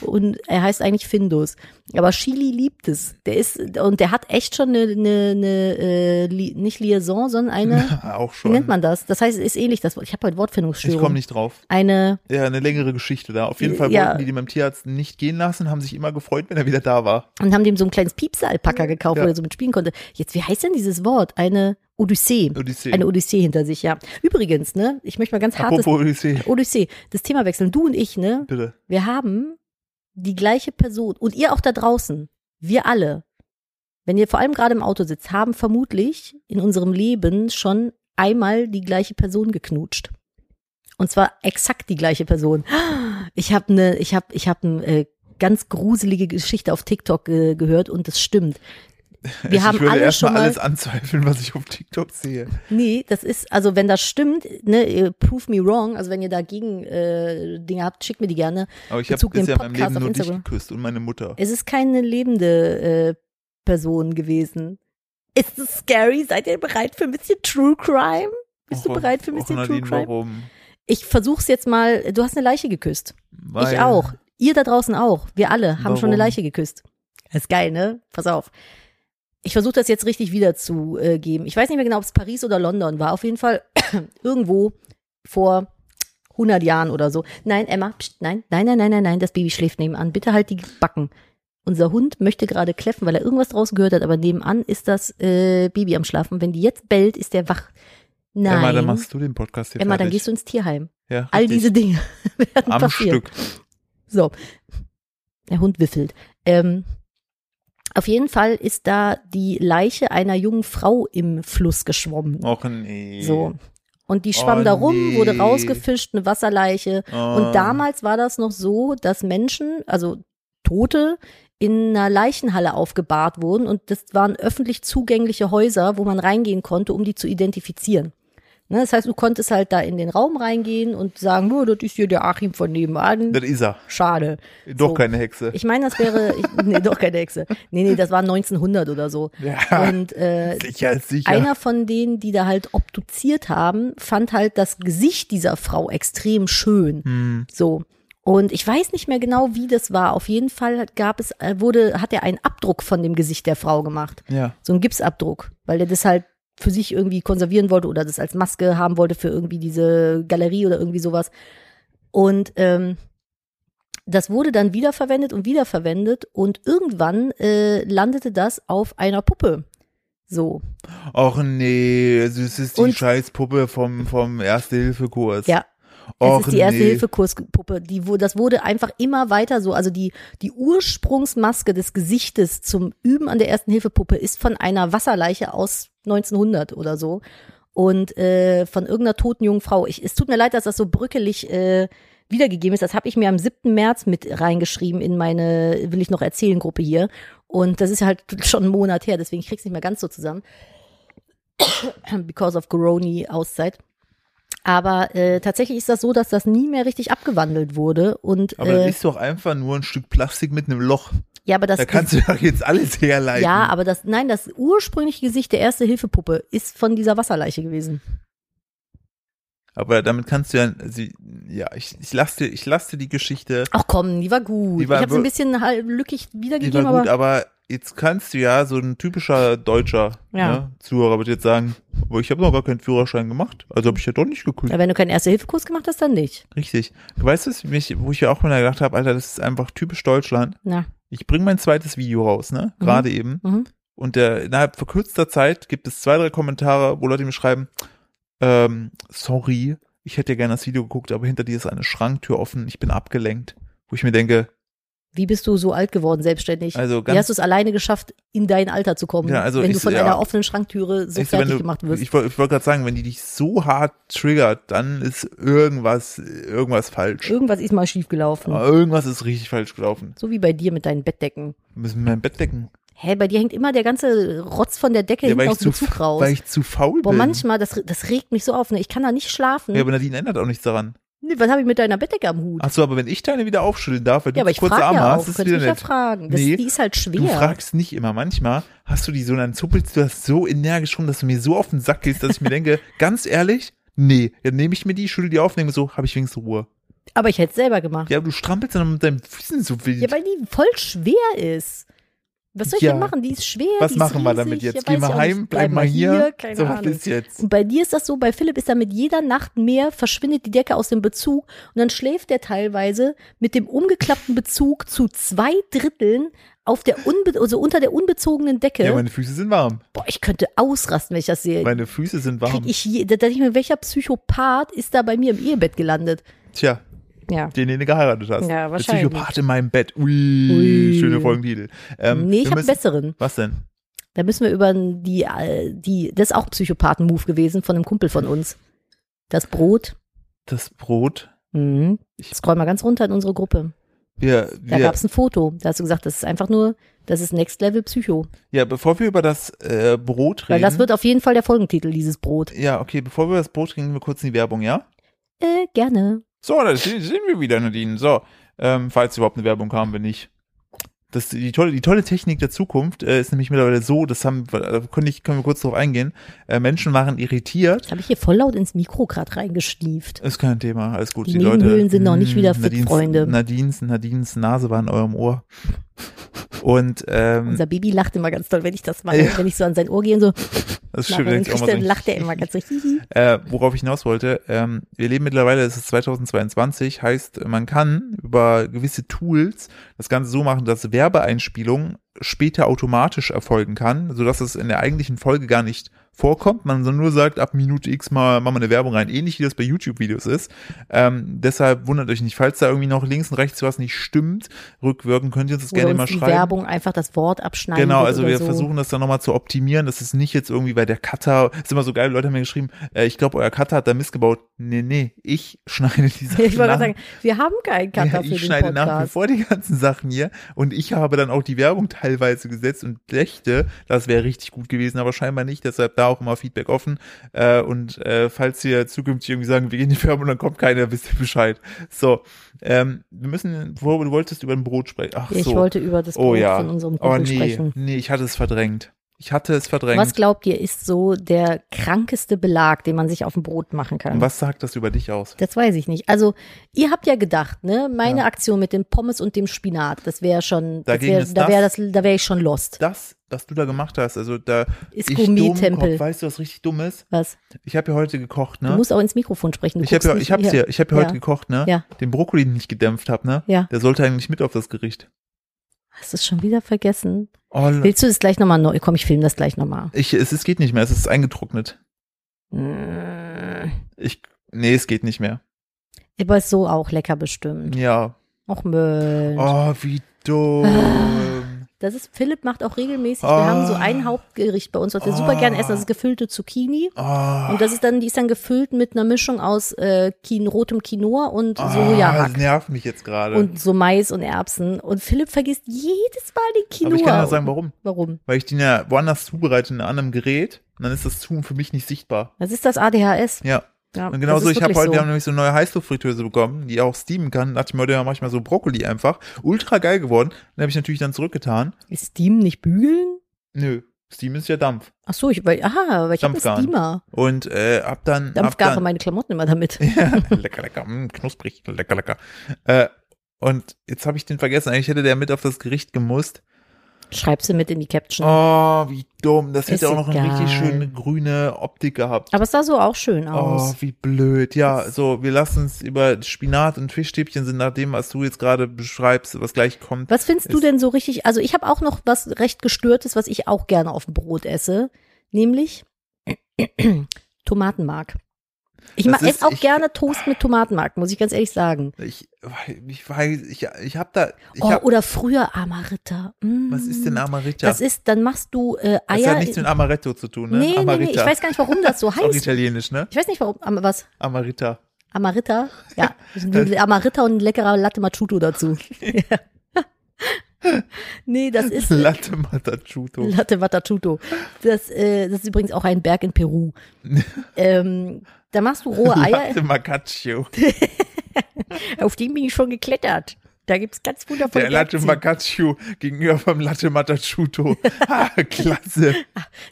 Und er heißt eigentlich Findus. Aber Chili liebt es. Der ist, und der hat echt schon eine, eine, eine äh, Li- nicht Liaison, sondern eine,
auch
wie
schon.
nennt man das? Das heißt, es ist ähnlich das Wort. Ich habe halt
ich komme
Wortfindungsstörung.
nicht drauf.
Eine,
Ja, eine längere Geschichte da. Auf jeden Fall
Äh, Ja.
wollten die den beim Tierarzt nicht gehen lassen, haben sich immer gefreut, wenn er wieder da war.
und haben dem so ein kleines Piepse-Alpaka gekauft,
Mhm. Ja.
wo er so mit spielen konnte. Jetzt, wie heißt denn dieses Wort? Eine Odyssee.
Odyssee.
Eine Odyssee hinter sich, ja. Übrigens, ne, ich möchte mal ganz hartes.
Apropos Odyssee,
Odyssee, das Thema wechseln. Du und ich, ne,
bitte.
Wir haben die gleiche Person und ihr auch da draußen, wir alle, wenn ihr vor allem gerade im Auto sitzt, haben vermutlich in unserem Leben schon einmal die gleiche Person geknutscht. Und zwar exakt die gleiche Person. Ich habe eine, ich habe, ich habe eine äh, ganz gruselige Geschichte auf TikTok äh, gehört und das stimmt. Wir
ich
haben
würde
alle
erst
schon mal
alles anzweifeln, was ich auf TikTok sehe.
Nee, das ist, also wenn das stimmt, ne, äh, prove me wrong, also wenn ihr dagegen äh, Dinge habt, schickt mir die gerne.
Aber ich
Wir
habe
zogen den
bisher in meinem
Podcast
Leben
auf
nur dich
Instagram.
geküsst und meine Mutter.
Es ist keine lebende äh, Person gewesen. Ist es scary? Seid ihr bereit für ein bisschen True Crime? Bist
Och,
du bereit für ein
och,
bisschen
Nadine,
True Crime?
Warum?
Ich versuch's jetzt mal. Du hast eine Leiche geküsst.
Weil-
Ich auch. Ihr da draußen auch. Wir alle haben schon eine
Warum?
Leiche geküsst. Das ist geil, ne? Pass auf. Ich versuche das jetzt richtig wiederzugeben. Äh, geben. ich weiß nicht mehr genau, ob es Paris oder London war. Auf jeden Fall irgendwo vor 100 Jahren oder so. Nein, Emma, pst, nein, nein, nein, nein, nein, nein, das Baby schläft nebenan. Bitte halt die Backen. Unser Hund möchte gerade kläffen, weil er irgendwas draußen gehört hat, aber nebenan ist das äh, Baby am Schlafen. Wenn die jetzt bellt, ist der wach. Nein.
Emma, dann machst du den Podcast hier
Emma, dann
fertig.
gehst du ins Tierheim.
ja,
All
richtig.
diese Dinge werden
am
passieren.
Stück.
So. Der Hund wiffelt. Ähm, auf jeden Fall ist da die Leiche einer jungen Frau im Fluss geschwommen.
Och nee.
So. Und die schwamm
Oh,
da rum,
nee.
wurde rausgefischt, eine Wasserleiche.
Oh.
Und damals war das noch so, dass Menschen, also Tote, in einer Leichenhalle aufgebahrt wurden und das waren öffentlich zugängliche Häuser, wo man reingehen konnte, um die zu identifizieren. Ne, das heißt, du konntest halt da in den Raum reingehen und sagen, oh, das ist hier der Achim von nebenan.
Das ist er.
Schade.
Doch
So.
keine Hexe.
Ich meine, das wäre, ich, nee, doch keine Hexe. Nee, nee, das war 1900 oder so.
ja,
Und äh,
sicher, ist sicher.
einer von denen, die da halt obduziert haben, fand halt das Gesicht dieser Frau extrem schön.
Hm.
So. Und ich weiß nicht mehr genau, wie das war. Auf jeden Fall gab es, äh, wurde, hat er einen Abdruck von dem Gesicht der Frau gemacht.
Ja.
So einen Gipsabdruck, weil er das halt für sich irgendwie konservieren wollte oder das als Maske haben wollte für irgendwie diese Galerie oder irgendwie sowas. Und ähm, das wurde dann wiederverwendet und wiederverwendet und irgendwann äh, landete das auf einer Puppe. So.
Och nee, also es ist die
Und-
Scheißpuppe vom, vom Erste-Hilfe-Kurs.
Ja,
Och
es ist die
nee.
erste Hilfe Kurspuppe, die wo das wurde einfach immer weiter so, also die die Ursprungsmaske des Gesichtes zum Üben an der ersten Hilfe Puppe ist von einer Wasserleiche aus 1900 oder so und äh, von irgendeiner toten jungen Frau. Ich es tut mir leid, dass das so bröckelig äh, wiedergegeben ist. Das habe ich mir am 7. März mit reingeschrieben in meine will ich noch erzählen Gruppe hier und das ist halt schon einen Monat her, deswegen ich krieg's nicht mehr ganz so zusammen. Because of Corona Auszeit. Aber äh, tatsächlich ist das so, dass das nie mehr richtig abgewandelt wurde. Und
Aber
äh,
das ist doch einfach nur ein Stück Plastik mit einem Loch.
ja, aber das
Da kannst du doch jetzt alles herleiten.
ja, aber das nein, das ursprüngliche Gesicht der erste Hilfepuppe ist von dieser Wasserleiche gewesen.
Aber damit kannst du ja, also, ja, ich, ich lasse dir, ich lasse dir die Geschichte,
Ach komm, die war gut.
Die war
ich habe es ein
wir-
bisschen halb lückig
die
wiedergegeben,
war gut,
aber
aber jetzt kannst du ja so ein typischer deutscher
Ja.
ne, Zuhörer wird jetzt sagen, aber ich habe noch gar keinen Führerschein gemacht, also habe ich ja doch nicht gekühlt.
ja, wenn du keinen erste Hilfe Kurs gemacht hast, dann nicht.
Richtig. Du weißt es, mich, wo ich ja auch mal gedacht habe, Alter, das ist einfach typisch Deutschland.
Na,
Ich bringe mein zweites Video raus, ne?
Mhm.
Gerade eben.
mhm.
Und der, innerhalb verkürzter Zeit gibt es zwei, drei Kommentare, wo Leute mir schreiben, ähm, sorry, ich hätte ja gerne das Video geguckt, aber hinter dir ist eine Schranktür offen, ich bin abgelenkt. Wo ich mir denke,
wie bist du so alt geworden selbstständig?
also
wie hast
ganz,
du es alleine geschafft, in dein Alter zu kommen,
Ja, also
wenn du
ich-
von
ja.
einer offenen Schranktüre so
ich so, wenn
fertig
du,
gemacht wirst?
ich, woll- ich wollte gerade sagen, wenn die dich so hart triggert, dann ist irgendwas, irgendwas falsch.
Irgendwas ist mal schiefgelaufen.
Aber Irgendwas ist richtig falsch gelaufen.
So wie bei dir mit deinen Bettdecken.
Wir müssen mein Bett decken.
Hä, bei dir hängt immer der ganze Rotz von der Decke
Ja,
hinten
weil, ich
aus
zu,
dem Zug raus.
weil ich zu faul
Boah,
bin.
manchmal, das, das regt mich so auf. Ne? Ich kann da nicht schlafen.
Ja, aber Nadine ändert auch nichts daran.
nee, was habe ich mit deiner Bettdecke am Hut?
Ach so, aber wenn ich deine wieder aufschütteln darf, weil du
ja, aber
zu
ich
kurze
frage
Arme
ja
hast,
auch.
ist
Könnte
wieder
ich ja
nett.
fragen. Das,
Nee,
die ist halt schwer.
Du fragst nicht immer. Manchmal hast du die so und dann zuppelst du das so energisch rum, dass du mir so auf den Sack gehst, dass ich mir denke, ganz ehrlich, nee, dann nehme ich mir die, schüttel die auf, nehme so, habe ich wenigstens Ruhe.
aber ich hätte es selber gemacht.
Ja, aber du strampelst dann mit deinen Füßen so wild.
Ja, weil die voll schwer ist. Was soll ich
Ja.
denn machen? Die ist schwer.
Was
die ist
machen wir
riesig,
damit
ja,
jetzt?
weiß
Geh
ich
mal
auch
heim,
nicht.
bleib mal hier.
Keine
so, was
Ahnung.
ist jetzt?
Und bei dir ist das so, bei Philipp ist da mit jeder Nacht mehr, verschwindet die Decke aus dem Bezug und dann schläft er teilweise mit dem umgeklappten Bezug zu zwei Dritteln auf der unbe also unter der unbezogenen Decke.
Ja, meine Füße sind warm.
Boah, ich könnte ausrasten, wenn ich das sehe.
Meine Füße sind
Krieg
warm.
ich je, da denke ich mir, welcher Psychopath ist da bei mir im Ehebett gelandet?
Tja,
Ja.
den, den du geheiratet hast.
Ja,
Der
wahrscheinlich.
Psychopath in meinem Bett. Ui,
Ui.
schöne Folgentitel. Ähm,
nee, ich
wir
habe
müssen-
besseren.
Was denn?
Da müssen wir über die, äh, die, das ist auch Psychopathen-Move gewesen von einem Kumpel von uns. Das Brot.
Das Brot.
Mhm.
Ich-
Scroll mal ganz runter in unsere Gruppe.
Wir,
Da
wir,
gab's gab es ein Foto. Da hast du gesagt, das ist einfach nur, das ist Next Level Psycho.
Ja, bevor wir über das äh, Brot reden.
Weil das wird auf jeden Fall der Folgentitel, dieses Brot.
ja, okay, bevor wir über das Brot reden, gehen wir kurz in die Werbung, ja?
Äh, gerne.
So, da sind wir wieder, Nadine. So, ähm, falls überhaupt eine Werbung haben, wenn nicht. Das, die, tolle, die tolle Technik der Zukunft äh, ist nämlich mittlerweile so, das haben, da können, ich, können wir kurz drauf eingehen, äh, Menschen waren irritiert.
Das habe ich hier voll laut ins Mikro gerade reingeschnieft.
Ist kein Thema, alles gut.
Die Nebenhöhlen sind noch nicht
mh,
wieder fit,
Nadines,
Freunde.
Nadines, Nadines Nase war in eurem Ohr. Und ähm,
Unser Baby lacht immer ganz toll, wenn ich das mache.
Ja.
Wenn ich so an sein Ohr gehe und so,
das
lache,
stimmt,
dann,
denke ich auch
kriegt
mal
er,
so.
lacht er immer ganz so. hihi.
Äh, worauf ich hinaus wollte, ähm, wir leben mittlerweile, es ist 2022, heißt, man kann über gewisse Tools das Ganze so machen, dass Werbeeinspielung später automatisch erfolgen kann, sodass es in der eigentlichen Folge gar nicht vorkommt, man so nur sagt, ab Minute X mal machen wir eine Werbung rein, ähnlich wie das bei YouTube-Videos ist. Ähm, deshalb wundert euch nicht, falls da irgendwie noch links und rechts was nicht stimmt, rückwirken könnt ihr uns das
Oder
gerne mal
uns die
schreiben.
Werbung einfach das Wort abschneiden.
Genau,
wird
also
oder
wir
so.
versuchen das dann nochmal zu optimieren. Das ist nicht jetzt irgendwie, weil der Cutter, ist immer so geil, Leute haben mir geschrieben, äh, ich glaube, euer Cutter hat da missgebaut. Nee, nee, ich schneide die Sachen
Ich wollte
nach.
gerade sagen, wir haben keinen Cutter
Ja,
für
ich
den
schneide nach wie
Podcast.
vor die ganzen Sachen hier und ich habe dann auch die Werbung teilweise gesetzt und dächte, das wäre richtig gut gewesen, aber scheinbar nicht, deshalb da auch immer Feedback offen äh, und äh, falls wir zukünftig irgendwie sagen, wir gehen in die Werbung und dann kommt keiner, wisst ihr Bescheid. So, ähm, wir müssen, du wolltest über ein Brot sprechen. Ach
Ich
so.
wollte über das
Oh
Brot
ja.
von unserem
Oh
Kumpel
nee,
sprechen.
nee, ich hatte es verdrängt. Ich hatte es verdrängt.
Was
Was,
glaubt ihr, ist so der krankeste Belag, den man sich auf ein Brot machen kann?
was sagt das über dich aus?
Das weiß ich nicht. Also, ihr habt ja gedacht, ne, meine
Ja.
Aktion mit dem Pommes und dem Spinat, das wäre schon, das
Dagegen
wär,
ist
da wäre
das-
das, da wäre ich schon lost.
Das, was du da gemacht hast, also da
Ist
ich Dummkopf,
Gourmet-Tempel.
weißt du, was richtig dumm ist?
Was?
Ich habe ja heute gekocht,
Du
ne?
musst auch ins Mikrofon sprechen. Du
Ich habe ja,
guckst
ich hab's
nicht-
ja, ich habe ja heute
Ja.
gekocht, ne?
Ja.
Den Brokkoli, den ich gedämpft habe, ne?
Ja.
Der sollte eigentlich mit auf das Gericht.
Hast du es schon wieder vergessen?
Oh, Le-
Willst du es gleich nochmal neu? Komm, ich filme das gleich nochmal.
ich, es, es geht nicht mehr, es ist eingetrocknet.
Aber
Ich, nee, es geht nicht mehr.
Mm. ist so auch lecker bestimmt.
Ja.
Och Mensch.
Mhm. Oh, wie dumm.
Das ist, Philipp macht auch regelmäßig,
Ah.
wir haben so ein Hauptgericht bei uns, was wir super
Ah.
gerne essen, das ist gefüllte Zucchini.
Oh.
Ah. Und das ist dann, die ist dann gefüllt mit einer Mischung aus äh, Quin rotem Quinoa und
Ah,
Sojahack.
das nervt mich jetzt gerade.
und so Mais und Erbsen. Und Philipp vergisst jedes Mal den Quinoa.
Aber ich genau kann ja sagen, warum.
Warum?
weil ich den ja woanders zubereite in einem anderen Gerät, und dann ist das Zoom für mich nicht sichtbar.
Das ist das ADHS.
Ja.
Ja,
Und
das
genauso,
ist
ich habe
wirklich
heute,
so.
wir haben nämlich so eine neue Heißluftfritteuse bekommen, die auch steamen kann. Dachte ich mir heute, ja, mach ich mal so Brokkoli einfach. Ultra geil geworden. Dann habe ich natürlich dann zurückgetan.
Ist Steam nicht bügeln?
Nö, Steam ist ja Dampf.
Ach so, ich, weil, aha, weil ich habe
Dampfgarn.
Steamer.
Und äh, hab dann. hab
Dampfgare
dann,
meine Klamotten immer damit.
ja, lecker, lecker, mm, knusprig, lecker, lecker. Äh, und jetzt habe ich den vergessen. Eigentlich hätte der mit auf das Gericht gemusst.
Schreib sie mit in die Caption.
Oh, wie dumm. Das
Ist
hätte auch noch eine richtig
egal.
schöne grüne Optik gehabt.
Aber es sah so auch schön
Oh,
aus.
wie blöd. Ja,
Das-
so, wir lassen uns über Spinat und Fischstäbchen sind nach dem, was du jetzt gerade beschreibst, was gleich kommt.
Was findest du
Ist-
denn so richtig? Also ich habe auch noch was recht gestörtes, was ich auch gerne auf dem Brot esse, nämlich Tomatenmark. Ich
Das
ma-
ist-
esse auch
ich-
gerne Toast mit Tomatenmark, muss ich ganz ehrlich sagen.
Ich, ich weiß, ich, ich hab da, ich
oh,
hab,
oder früher Amaritta. Mm.
was ist denn Amarita?
Das ist, dann machst du äh, Eier.
das hat nichts mit Amaretto zu tun, ne?
nee, nee, nee,
Amarita.
ich weiß gar nicht, warum das so
Ist auch
heißt.
italienisch, ne?
Ich weiß nicht, warum, am- was?
Amarita.
Amarita? Ja, Amarita und ein leckerer Latte Machuto dazu. Ja. nee, das ist
Latte Matachuto.
Latte Matachuto. Das, äh, das ist übrigens auch ein Berg in Peru. ähm, da machst du rohe Eier,
Latte Macaccio.
auf den bin ich schon geklettert. Da gibt's ganz wundervolle
Der Latte
Bergziegen.
Macaccio gegenüber vom Latte Matachuto. ah, klasse.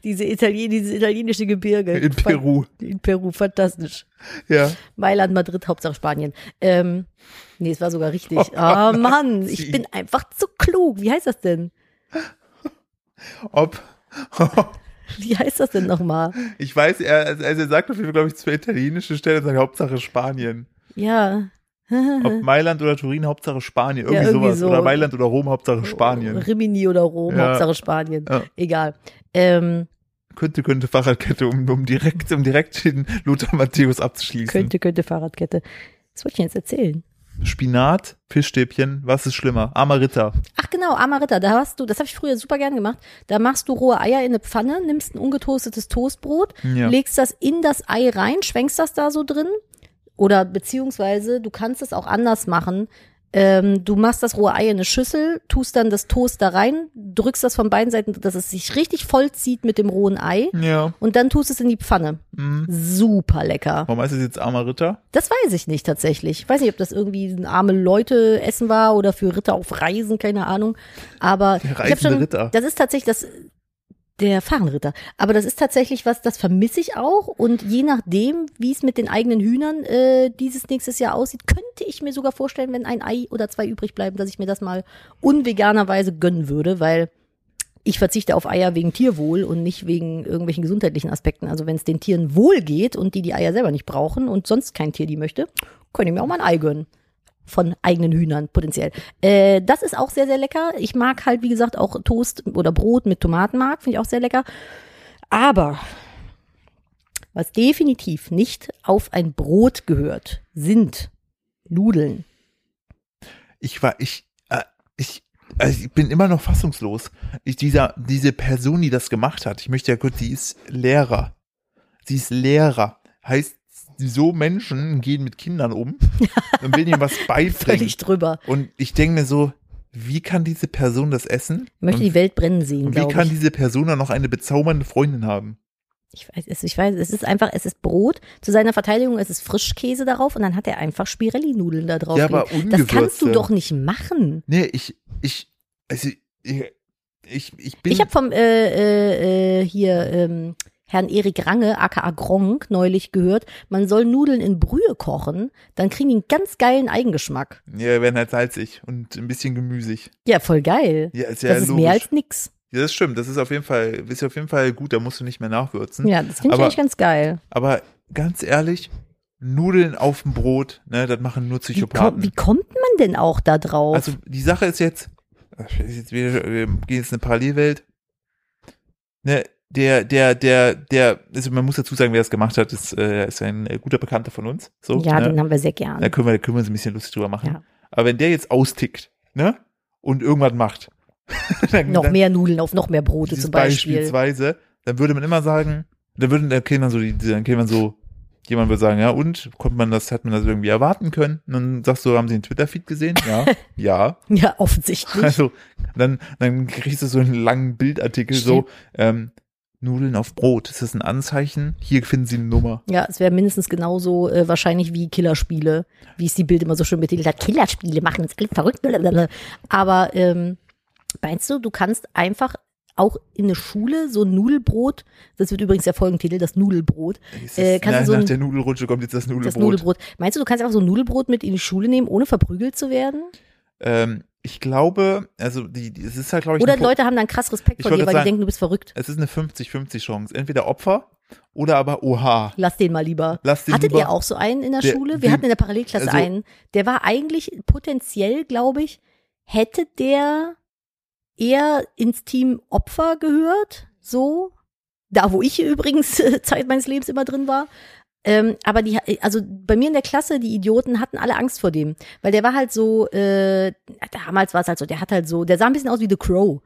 diese Italien, dieses italienische Gebirge.
In Peru.
In Peru, fantastisch.
Ja.
Mailand, Madrid, Hauptsache Spanien. Ähm, nee, es war sogar richtig.
Oh
Ah Mann, ich
Sie-
bin einfach zu klug. Wie heißt das denn?
Ob,
Wie heißt das denn nochmal?
Ich weiß, er, also er sagt auf jeden Fall, glaube ich, zwei italienische Stellen, sagt Hauptsache Spanien.
Ja.
Ob Mailand oder Turin, Hauptsache Spanien. Irgendwie,
Mhm. irgendwie
sowas.
so. Oh,
Oder Mailand oder Rom, Hauptsache Spanien.
Rimini oder Rom,
Ja.
Hauptsache Spanien.
Ja.
Egal. Ähm,
Könnte, könnte Fahrradkette, um, um direkt, um direkt den Lothar Matthäus abzuschließen.
könnte, könnte Fahrradkette. Was wollte ich denn jetzt erzählen?
Spinat, Fischstäbchen, was ist schlimmer? Amaritta.
Ach genau, Amaritta, da hast du, das habe ich früher super gern gemacht. Da machst du rohe Eier in eine Pfanne, nimmst ein ungetoastetes Toastbrot,
Ja.
legst das in das Ei rein, schwenkst das da so drin. Oder beziehungsweise du kannst es auch anders machen. Ähm, du machst das rohe Ei in eine Schüssel, tust dann das Toast da rein, drückst das von beiden Seiten, dass es sich richtig vollzieht mit dem rohen Ei
Ja.
und dann tust es in die Pfanne.
Mhm.
Super lecker.
Warum heißt es jetzt armer Ritter?
Das weiß ich nicht tatsächlich. Ich weiß nicht, ob das irgendwie ein arme Leute essen war oder für Ritter auf Reisen, keine Ahnung. Aber
Der
ich hab
reisende
schon,
Ritter.
das ist tatsächlich das der Fahrenritter. Aber das ist tatsächlich was, das vermisse ich auch. Und je nachdem, wie es mit den eigenen Hühnern äh, dieses nächstes Jahr aussieht, könnte ich mir sogar vorstellen, wenn ein Ei oder zwei übrig bleiben, dass ich mir das mal unveganerweise gönnen würde, weil ich verzichte auf Eier wegen Tierwohl und nicht wegen irgendwelchen gesundheitlichen Aspekten. Also wenn es den Tieren wohl geht und die die Eier selber nicht brauchen und sonst kein Tier die möchte, könnte ich mir auch mal ein Ei gönnen. Von eigenen Hühnern potenziell. Äh, das ist auch sehr, sehr lecker. Ich mag halt, wie gesagt, auch Toast oder Brot mit Tomatenmark, finde ich auch sehr lecker. Aber was definitiv nicht auf ein Brot gehört, sind Nudeln.
Ich war, ich, äh, ich, also ich bin immer noch fassungslos. Ich, dieser, diese Person, die das gemacht hat, ich möchte ja kurz, die ist Lehrer. Sie ist Lehrer. Heißt, so Menschen gehen mit Kindern um und will ihnen was beibringen.
Völlig drüber.
Und ich denke mir so, wie kann diese Person das essen?
Ich möchte
und,
die Welt brennen sehen,
und wie
glaube ich.
kann diese Person dann noch eine bezaubernde Freundin haben?
Ich weiß, es, ich weiß, es ist einfach, es ist Brot. Zu seiner Verteidigung, es ist Frischkäse darauf und dann hat er einfach Spirelli-Nudeln da drauf.
Ja, aber
liegen. das kannst du
ungewürzte.
doch nicht machen.
Nee, ich, ich, also, ich, ich, ich bin.
Ich habe vom äh, äh, äh, hier ähm, Herrn Erik Range, aka Gronk, neulich gehört, man soll Nudeln in Brühe kochen, dann kriegen die einen ganz geilen Eigengeschmack.
ja, wir werden halt salzig und ein bisschen gemüsig.
Ja, voll geil.
Ja, ist ja
das ist
logisch.
mehr als nix.
ja, das stimmt. Das ist auf jeden Fall, ist auf jeden Fall gut. Da musst du nicht mehr nachwürzen.
Ja, das finde ich
Hm. Aber-
eigentlich ganz geil.
Aber ganz ehrlich, Nudeln auf dem Brot, ne, das machen nur
Wie, komm-
Psychopathen.
wie kommt man denn auch da drauf?
also die Sache ist jetzt, ist jetzt wieder, wir gehen jetzt in eine Parallelwelt. Ne, der, der, der, der, also man muss dazu sagen, wer das gemacht hat, ist, äh, ist ein äh, guter Bekannter von uns. So,
ja,
ne?
den haben wir sehr
Da
gern.
können wir, da können wir uns ein bisschen lustig drüber machen.
Ja.
Aber wenn der jetzt austickt, ne? Und irgendwas macht, dann,
Noch
dann-
mehr Nudeln auf noch mehr Brote
ne? dieses
zum Beispiel.
Beispielsweise, dann würde man immer sagen, dann würden dann käme man so, die, dann käme man so, jemand würde sagen, ja und, konnte man das, hat man das irgendwie erwarten können? Und dann sagst du, haben sie den Twitter-Feed gesehen? Ja, ja.
Ja, offensichtlich.
Also, dann, dann kriegst du so einen langen Bildartikel, so, ähm, Nudeln auf Brot, ist das ein Anzeichen? Hier finden sie eine Nummer.
Ja, es wäre mindestens genauso äh, wahrscheinlich wie Killerspiele, wie es die Bild immer so schön betitelt hat. Killerspiele machen uns alle verrückt. blablabla. Aber ähm, meinst du, du kannst einfach auch in eine Schule so ein Nudelbrot, das wird übrigens der Folgentitel, das Nudelbrot,
Ist
Äh,
das-
kannst du
na,
so
nach
ein-
der Nudelrutsche kommt jetzt das Nudelbrot.
das Nudelbrot. Meinst du, du kannst einfach so ein Nudelbrot mit in die Schule nehmen, ohne verprügelt zu werden?
Ähm, ich glaube, also, die, die, es ist halt, glaube ich,
Oder
eine Pro-
Leute haben dann krass Respekt
Ich
vor
wollte
dir, weil
sagen-
die denken, du bist verrückt.
es ist eine 50-50 Chance. Entweder Opfer oder aber Oha.
Lass den mal lieber.
Lass den
Hattet
lieber-
ihr auch so einen in der,
Der-
Schule? Wir
die-
hatten in der Parallelklasse
also-
einen. Der war eigentlich potenziell, glaube ich, hätte der eher ins Team Opfer gehört, so. Da, wo ich übrigens äh, Zeit meines Lebens immer drin war. Ähm, aber die, also bei mir in der Klasse, die Idioten hatten alle Angst vor dem. Weil der war halt so, äh, damals war es halt so, der hat halt so, der sah ein bisschen aus wie The Crow.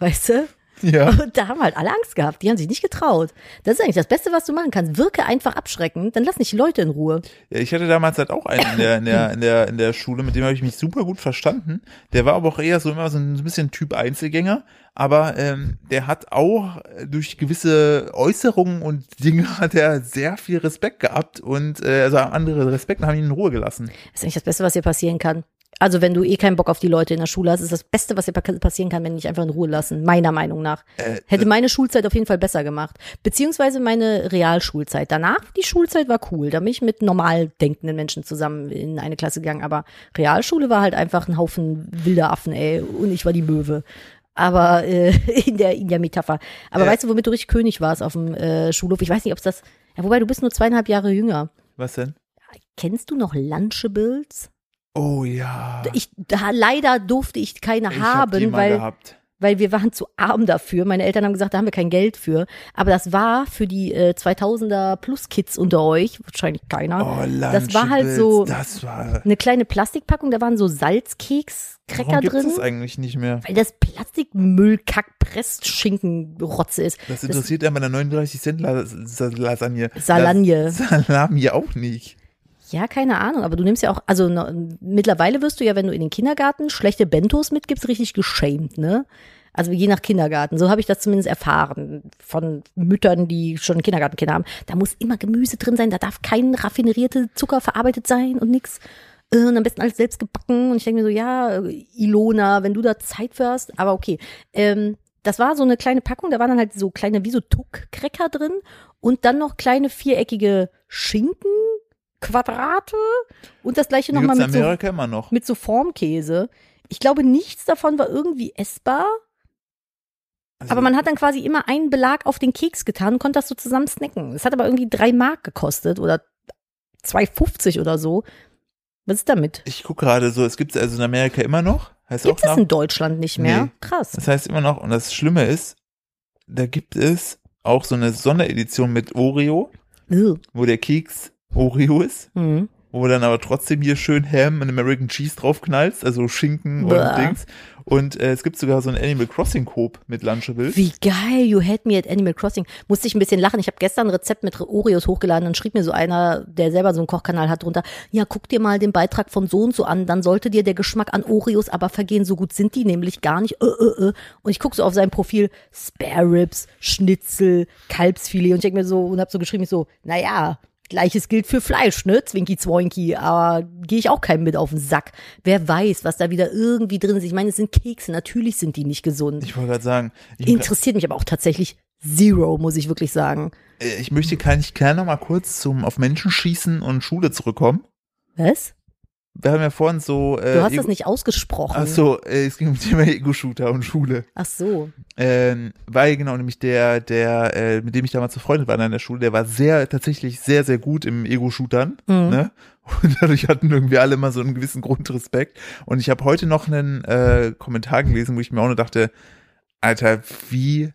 Weißt du?
Ja.
Und da haben halt alle Angst gehabt. Die haben sich nicht getraut. Das ist eigentlich das Beste, was du machen kannst. Wirke einfach abschreckend, dann lass nicht die Leute in Ruhe.
Ja, ich hatte damals halt auch einen in der, in der, in der, in der Schule, mit dem habe ich mich super gut verstanden. Der war aber auch eher so immer so ein bisschen Typ Einzelgänger, aber ähm, der hat auch äh, durch gewisse Äußerungen und Dinge hat er sehr viel Respekt gehabt und äh, also andere Respekt und haben ihn in Ruhe gelassen.
Das ist eigentlich das Beste, was dir passieren kann. Also wenn du eh keinen Bock auf die Leute in der Schule hast, ist das Beste, was dir pa- passieren kann, wenn die dich einfach in Ruhe lassen. Meiner Meinung nach.
Äh,
Hätte meine Schulzeit auf jeden Fall besser gemacht. Beziehungsweise meine Realschulzeit. Danach, die Schulzeit war cool. Da bin ich mit normal denkenden Menschen zusammen in eine Klasse gegangen. Aber Realschule war halt einfach ein Haufen wilder Affen, ey. Und ich war die Möwe. Aber äh, in, der, in der Metapher. Aber
Ja.
weißt du, womit du richtig König warst auf dem äh, Schulhof? Ich weiß nicht, ob es das. Ja, wobei, du bist nur zweieinhalb Jahre jünger.
Was denn?
Kennst du noch Lunchables?
Oh ja.
Ich, da, leider durfte ich keine
Ich hab die
haben,
mal
weil
gehabt.
weil wir waren zu arm dafür. Meine Eltern haben gesagt, da haben wir kein Geld für. Aber das war für die äh, 2000er Plus Kids unter euch, wahrscheinlich keiner,
Oh,
das war halt
Lunchables,
so-
Das war.
eine kleine Plastikpackung, da waren so Salzkeks-Cracker
Warum gibt's
drin.
das eigentlich nicht mehr?
weil das Plastikmüllkack-Pressschinken-Rotze ist.
Das interessiert ja bei der 39 Cent Las- Las- Lasagne.
Salagne.
Das Salami auch nicht.
Ja, keine Ahnung, aber du nimmst ja auch, also na, mittlerweile wirst du ja, wenn du in den Kindergarten schlechte Bentos mitgibst, richtig geschämt, ne? Also je nach Kindergarten. So habe ich das zumindest erfahren von Müttern, die schon Kindergartenkinder haben. Da muss immer Gemüse drin sein, da darf kein raffinierter Zucker verarbeitet sein und nix. Äh, Und am besten alles selbst gebacken. Und ich denke mir so, ja, Ilona, wenn du da Zeit für hast, aber okay. Ähm, das war so eine kleine Packung, da waren dann halt so kleine, wie so Tuck-Cracker drin und dann noch kleine viereckige Schinken, Quadrate und das gleiche
Die gibt's
nochmal
in
mit so
Amerika immer noch.
mit so Formkäse. Ich glaube, nichts davon war irgendwie essbar,
Also,
aber man hat dann quasi immer einen Belag auf den Keks getan und konnte das so zusammen snacken. Es hat aber irgendwie drei Mark gekostet oder 2,50 oder so. Was ist damit?
ich gucke gerade so, es gibt's also in Amerika immer noch. Heißt
Gibt
auch
es
nach,
in Deutschland nicht mehr?
Nee.
Krass.
Das heißt immer noch, und das Schlimme ist, da gibt es auch so eine Sonderedition mit Oreo,
Ugh.
wo der Keks Oreo ist,
Mhm.
wo du dann aber trotzdem hier schön Ham und American Cheese draufknallst, also Schinken
Bäh.
und Dings. Und äh, es gibt sogar so ein Animal Crossing Coop mit Lunchables.
Wie geil, you had me at Animal Crossing. Musste ich ein bisschen lachen. Ich habe gestern ein Rezept mit Oreos hochgeladen, dann schrieb mir so einer, der selber so einen Kochkanal hat, drunter, ja, guck dir mal den Beitrag von so und so an, dann sollte dir der Geschmack an Oreos aber vergehen, so gut sind die nämlich gar nicht. Äh, äh, äh. Und ich guck so auf sein Profil, Spare Ribs, Schnitzel, Kalbsfilet und ich denk mir so und habe so geschrieben, ich so, naja, Gleiches gilt für Fleisch, ne? Zwinky Zwoinky, aber gehe ich auch keinem mit auf den Sack. Wer weiß, was da wieder irgendwie drin ist. Ich meine, es sind Kekse, natürlich sind die nicht gesund.
Ich wollte gerade sagen, ich,
Interessiert mich aber auch tatsächlich zero, muss ich wirklich sagen.
äh, ich möchte kann ich gerne noch mal kurz zum auf Menschen schießen und Schule zurückkommen.
Was?
Wir haben ja vorhin so äh,
Du hast
Ego-
das nicht ausgesprochen.
Ach so, äh, es ging um das Thema Ego-Shooter und Schule.
Ach so.
Ähm, weil genau nämlich der, der, äh, mit dem ich damals befreundet war in der Schule, der war sehr, tatsächlich sehr, sehr gut im Ego-Shootern.
Mhm.
Ne? Und dadurch hatten irgendwie alle immer so einen gewissen Grundrespekt. Und ich habe heute noch einen äh, Kommentar gelesen, wo ich mir auch nur dachte, Alter, wie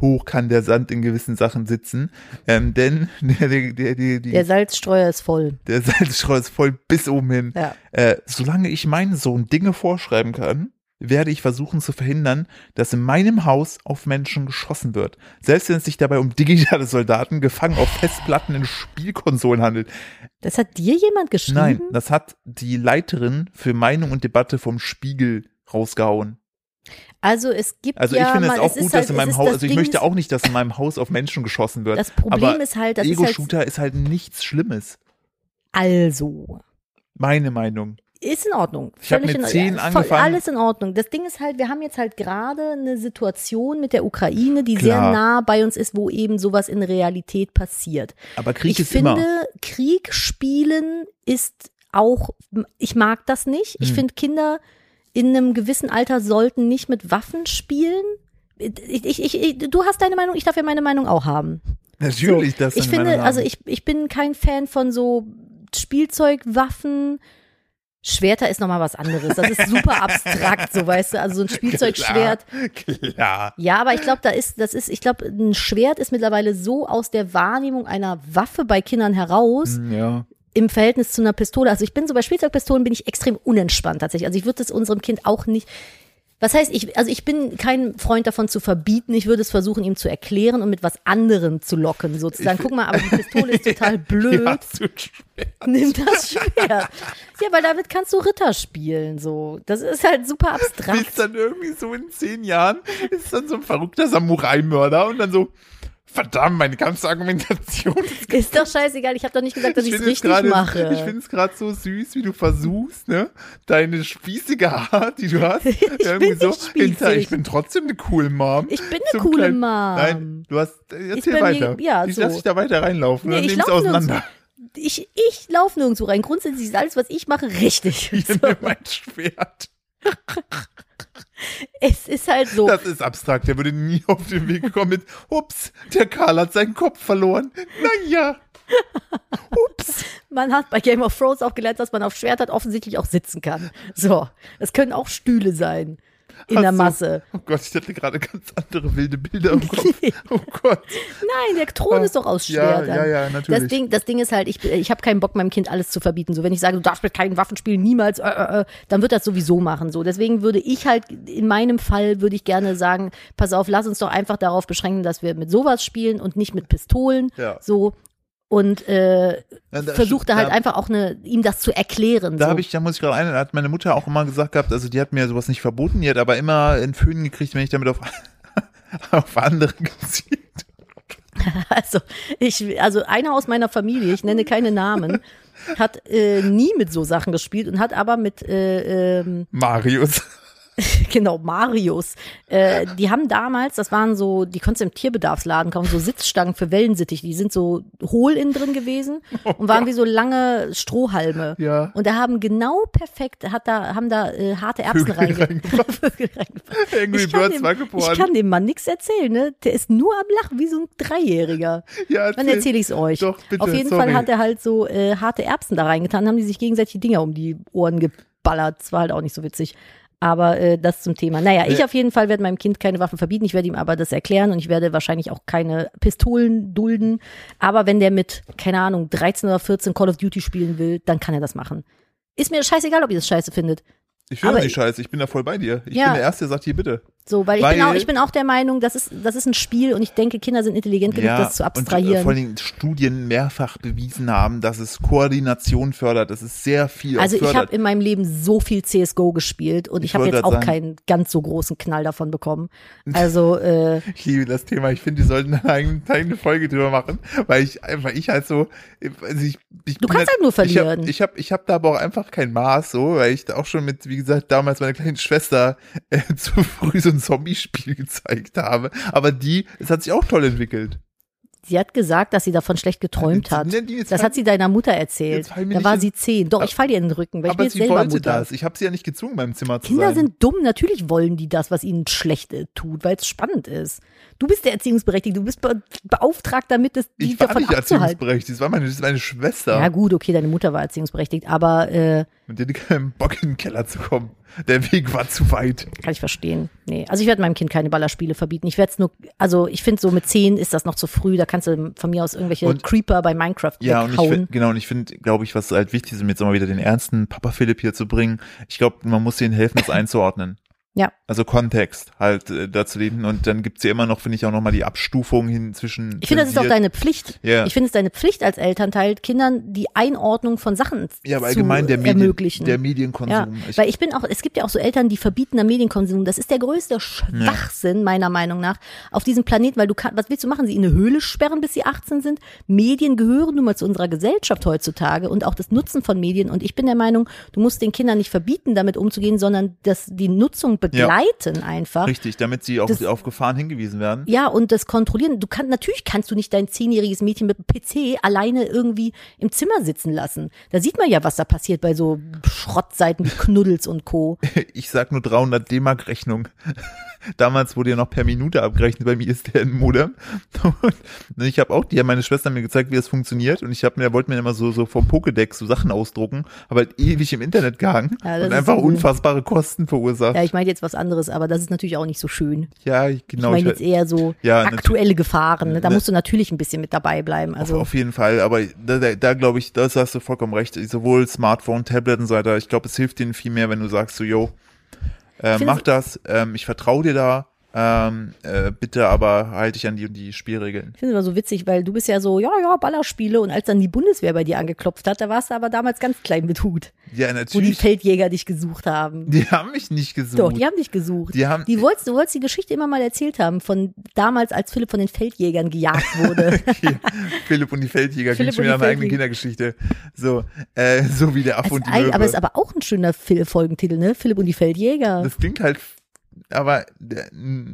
hoch kann der Sand in gewissen Sachen sitzen? Ähm, denn der, der, der, der,
Der
der,
Salzstreuer ist voll.
der Salzstreuer ist voll bis oben hin.
Ja.
Äh, solange ich meinem Sohn Dinge vorschreiben kann, werde ich versuchen zu verhindern, dass in meinem Haus auf Menschen geschossen wird. Selbst wenn es sich dabei um digitale Soldaten gefangen auf Festplatten in Spielkonsolen handelt.
Das hat dir jemand geschrieben?
Nein, das hat die Leiterin für Meinung und Debatte vom Spiegel rausgehauen.
Also es gibt
Also
ja
ich finde
mal,
es auch
ist
gut,
halt,
dass in
es
meinem
ist
Haus,
das
also ich
Ding,
möchte auch nicht, dass in meinem Haus auf Menschen geschossen wird.
Das Problem
aber
ist halt, das ist halt
Ego-Shooter ist halt nichts Schlimmes.
also
Meine Meinung.
ist in Ordnung.
Ich hab
Völlig
mit
in-
10
voll-
angefangen.
Alles in Ordnung. Das Ding ist halt, wir haben jetzt halt gerade eine Situation mit der Ukraine, die sehr
Klar.
nah bei uns ist, wo eben sowas in Realität passiert.
Aber Krieg
ich
ist
finde,
immer.
Krieg spielen ist auch, ich mag das nicht. Ich
Hm.
finde, Kinder in einem gewissen Alter sollten nicht mit Waffen spielen. Ich, ich, ich, ich- du hast deine Meinung, ich darf ja meine Meinung auch haben.
Natürlich, das
Ich
sind
finde,
meine Namen.
also ich, ich bin kein Fan von so Spielzeugwaffen. Schwerter ist nochmal was anderes. Das ist super abstrakt, so weißt du. Also so ein Spielzeugschwert.
Klar, klar.
Ja, aber ich glaube, da ist, das ist, ich glaube, ein Schwert ist mittlerweile so aus der Wahrnehmung einer Waffe bei Kindern heraus,
Ja.
im Verhältnis zu einer Pistole. Also ich bin so bei Spielzeugpistolen bin ich extrem unentspannt tatsächlich. Also ich würde es unserem Kind auch nicht. Was heißt, ich, also ich bin kein Freund davon zu verbieten. Ich würde es versuchen, ihm zu erklären und mit was anderem zu locken, sozusagen. Guck mal, aber die Pistole ist total blöd.
Ja, zu schwer.
Nimm das Schwert. Ja, weil damit kannst du Ritter spielen, so. Das ist halt super abstrakt.
Ist dann irgendwie so in zehn Jahren, ist dann so ein verrückter Samurai-Mörder und dann so, verdammt, meine ganze Argumentation.
Ist doch scheißegal. Ich habe doch nicht gesagt, dass ich es
finde es
richtig
gerade-
mache.
Ich finde es gerade so süß, wie du versuchst, ne, deine spießige Art, die du hast, ich irgendwie
bin
so
nicht spießig.
hinter, ich bin trotzdem eine coole Mom.
Ich bin eine
Zum
coole
kleinen-
Mom.
Nein, du hast, äh,
Ist
erzähl
bei mir-
weiter.
ja,
ich
so.
lass dich da weiter reinlaufen,
Nee,
dann
ich
nehme ich es
lauf nirgends-
auseinander.
ich, ich laufe nirgendwo rein. Grundsätzlich ist alles, was ich mache, richtig.
Hier,
So.
nimm mein Schwert.
Es ist halt so.
Das ist abstrakt. Der würde nie auf den Weg kommen mit, ups, der Karl hat seinen Kopf verloren. Naja. Ups.
Man hat bei Game of Thrones auch gelernt, dass man auf Schwert hat offensichtlich auch sitzen kann. So, es können auch Stühle sein in
Ach
der
so.
Masse.
Oh Gott, ich hatte gerade ganz andere wilde Bilder im Kopf. Oh Gott.
Nein, der Thron ist doch aus
Ja,
Schwert.
ja, ja, natürlich.
Das Ding, das Ding ist halt, ich, ich habe keinen Bock, meinem Kind alles zu verbieten. So, wenn ich sage, du darfst mit keinen Waffen spielen, niemals, äh, äh, äh, dann wird das sowieso machen. So, deswegen würde ich halt, in meinem Fall würde ich gerne sagen, pass auf, lass uns doch einfach darauf beschränken, dass wir mit sowas spielen und nicht mit Pistolen.
Ja.
So. und äh,
Ja, da-
versuchte halt
da-
einfach auch eine, ihm das zu erklären.
Da
so.
habe ich, da muss ich gerade ein, da hat meine Mutter auch immer gesagt gehabt, also die hat mir sowas nicht verboten, die hat aber immer einen Föhn gekriegt, wenn ich damit auf, auf andere gezielt.
Also, ich, also einer aus meiner Familie, ich nenne keine Namen, hat äh, nie mit so Sachen gespielt und hat aber mit äh, ähm,
Marius.
genau, Marius. Äh, die haben damals, das waren so, die konntest du im Tierbedarfsladen kaufen, so Sitzstangen für Wellensittich, die sind so hohl innen drin gewesen und waren wie so lange Strohhalme.
Oh Ja.
Und da haben genau perfekt, hat da, haben da äh, harte Erbsen
Vögel
reinge
reingebracht.
Vögel reingebracht.
Angry
Ich kann,
Birds
dem,
war
ich
geboren.
kann dem Mann nichts erzählen, ne? Der ist nur am Lachen, wie so ein Dreijähriger.
Ja,
Dann erzähle ich's euch.
Doch, bitte,
Auf jeden
sorry.
Fall hat er halt so äh, harte Erbsen da reingetan, haben die sich gegenseitig die Dinger um die Ohren geballert. Das war halt auch nicht so witzig. Aber äh, das zum Thema. Naja, ich
Ja.
auf jeden Fall werde meinem Kind keine Waffen verbieten. Ich werde ihm aber das erklären und ich werde wahrscheinlich auch keine Pistolen dulden. Aber wenn der mit, keine Ahnung, 13 oder 14 Call of Duty spielen will, dann kann er das machen. Ist mir scheißegal, ob ihr das scheiße findet.
Ich höre
aber-
die Scheiße, ich bin da voll bei dir. Ich
Ja.
bin der Erste, der sagt hier bitte.
So, weil ich, bin,
Weil-
auch, ich bin auch der Meinung, das ist, das ist ein Spiel und ich denke, Kinder sind intelligent genug, das zu
Und, äh,
abstrahieren.
vor allen Dingen Studien mehrfach bewiesen haben, dass es Koordination fördert, dass es sehr viel auch
Also ich
fördert.
habe in meinem Leben so viel CSGO gespielt und ich,
Ich
habe
wollte
jetzt
grad
auch
sagen.
keinen ganz so großen Knall davon bekommen. Also äh,
Ich liebe das Thema. Ich finde, die sollten eine eigene, eigene Folge drüber machen, weil ich einfach, ich halt so, also ich, ich bin
Du kannst halt nur verlieren.
Ich habe, ich habe hab da aber auch einfach kein Maß, so, weil ich da auch schon mit, wie gesagt, damals meiner kleinen Schwester äh, zu früh so ein Zombie-Spiel gezeigt habe. Aber die, es hat sich auch toll entwickelt.
sie hat gesagt, dass sie davon schlecht geträumt hat.
Nenn die jetzt
Das hat sie deiner Mutter erzählt.
Jetzt fall mir
Da
nicht
war
in-
sie zehn. Doch, ich fall ihr in den Rücken, weil ich bin
aber
jetzt
sie
selber
wollte
Mutter.
das. Ich habe sie ja nicht gezwungen, beim Zimmer zu sein.
Kinder sind dumm, natürlich wollen die das, was ihnen schlecht äh, tut, weil es spannend ist. Du bist der Erziehungsberechtigte, du bist be beauftragt damit, das, die
ich war
davon
nicht
abzuhalten.
erziehungsberechtigt, das war meine, das ist meine Schwester.
Ja gut, okay, deine Mutter war erziehungsberechtigt, aber äh,
Mit der hatte keinen Bock, in den Keller zu kommen. Der Weg war zu weit.
Kann ich verstehen. Nee. Also ich werde meinem Kind keine Ballerspiele verbieten. Ich werde es nur, also ich finde so mit 10 ist das noch zu früh. Da kannst du von mir aus irgendwelche
Und-
Creeper bei Minecraft
Ja, und ich
weghauen.
find, genau, und ich finde, glaube ich, was halt wichtig ist, um jetzt nochmal wieder den ernsten Papa Philipp hier zu bringen, ich glaube, man muss denen helfen, das einzuordnen.
Ja.
Also Kontext halt äh, dazu leben und dann gibt's ja immer noch, finde ich, auch nochmal die Abstufung hin zwischen.
ich finde, das ist auch
zensiert-
deine Pflicht.
Ja.
Ich finde es deine Pflicht als Elternteil, Kindern die Einordnung von Sachen
Ja, aber
zu
allgemein der, Medien,
ermöglichen.
der
ja,
Medienkonsum. Ich-
weil ich bin auch, es gibt ja auch so Eltern, die verbieten am Medienkonsum. Das ist der größte Schwachsinn, meiner Meinung nach, auf diesem Planeten, weil du kannst, was willst du machen? Sie in eine Höhle sperren, bis sie 18 sind? Medien gehören nun mal zu unserer Gesellschaft heutzutage und auch das Nutzen von Medien. Und ich bin der Meinung, du musst den Kindern nicht verbieten, damit umzugehen, sondern dass die Nutzung begleiten einfach.
richtig, damit sie auch
Das-
auf Gefahren hingewiesen werden.
Ja, und das kontrollieren. Du kannst, natürlich kannst du nicht dein zehnjähriges Mädchen mit dem PC alleine irgendwie im Zimmer sitzen lassen. Da sieht man ja, was da passiert bei so Schrottseiten wie Knuddels und Co.
Ich sag nur 300 D-Mark-Rechnung. Damals wurde ja noch per Minute abgerechnet, bei mir ist der ein Modem. Und ich habe auch, die hat meine Schwester mir gezeigt, wie das funktioniert. Und ich habe mir, wollte mir immer so, so vom Pokédex so Sachen ausdrucken, aber halt ewig im Internet gehangen
Ja, das
und
ist
einfach
so gut.
unfassbare Kosten verursacht.
Ja, ich meine jetzt was anderes, aber das ist natürlich auch nicht so schön.
Ja, ich-
Ich
genau.
meine
ich-
jetzt eher so
Ja, natürlich.
aktuelle Gefahren. Ne? Da
Ne.
musst du natürlich ein bisschen mit dabei bleiben. Also
Auf jeden Fall, aber da, da, da glaube ich, da hast du vollkommen recht. Sowohl Smartphone, Tablet und so weiter. Ich glaube, es hilft denen viel mehr, wenn du sagst so, yo, äh,
finde
mach
es-
das, ähm, ich vertraue dir da, ähm, äh, bitte aber halte dich an die und die Spielregeln.
ich finde es immer so witzig, weil du bist ja so, ja, ja, Ballerspiele. Und als dann die Bundeswehr bei dir angeklopft hat, da warst du aber damals ganz klein mit Hut,
Ja,
wo die
natürlich.
Feldjäger dich gesucht haben.
Die haben mich nicht gesucht.
Doch, die haben dich gesucht.
Die haben-
die wolltest, du wolltest die Geschichte immer mal erzählt haben, von damals, als Philipp von den Feldjägern gejagt wurde.
Hier, Philipp und die Feldjäger klingt
Philipp
schon
und
wieder
die
nach einer eigenen Kindergeschichte.
Feldjäger.
So, äh, so wie der Affe
Als
und die
ein,
Möwe.
aber ist aber auch ein schöner Fil- Folgentitel, ne? Philipp und die Feldjäger.
das klingt halt, aber äh,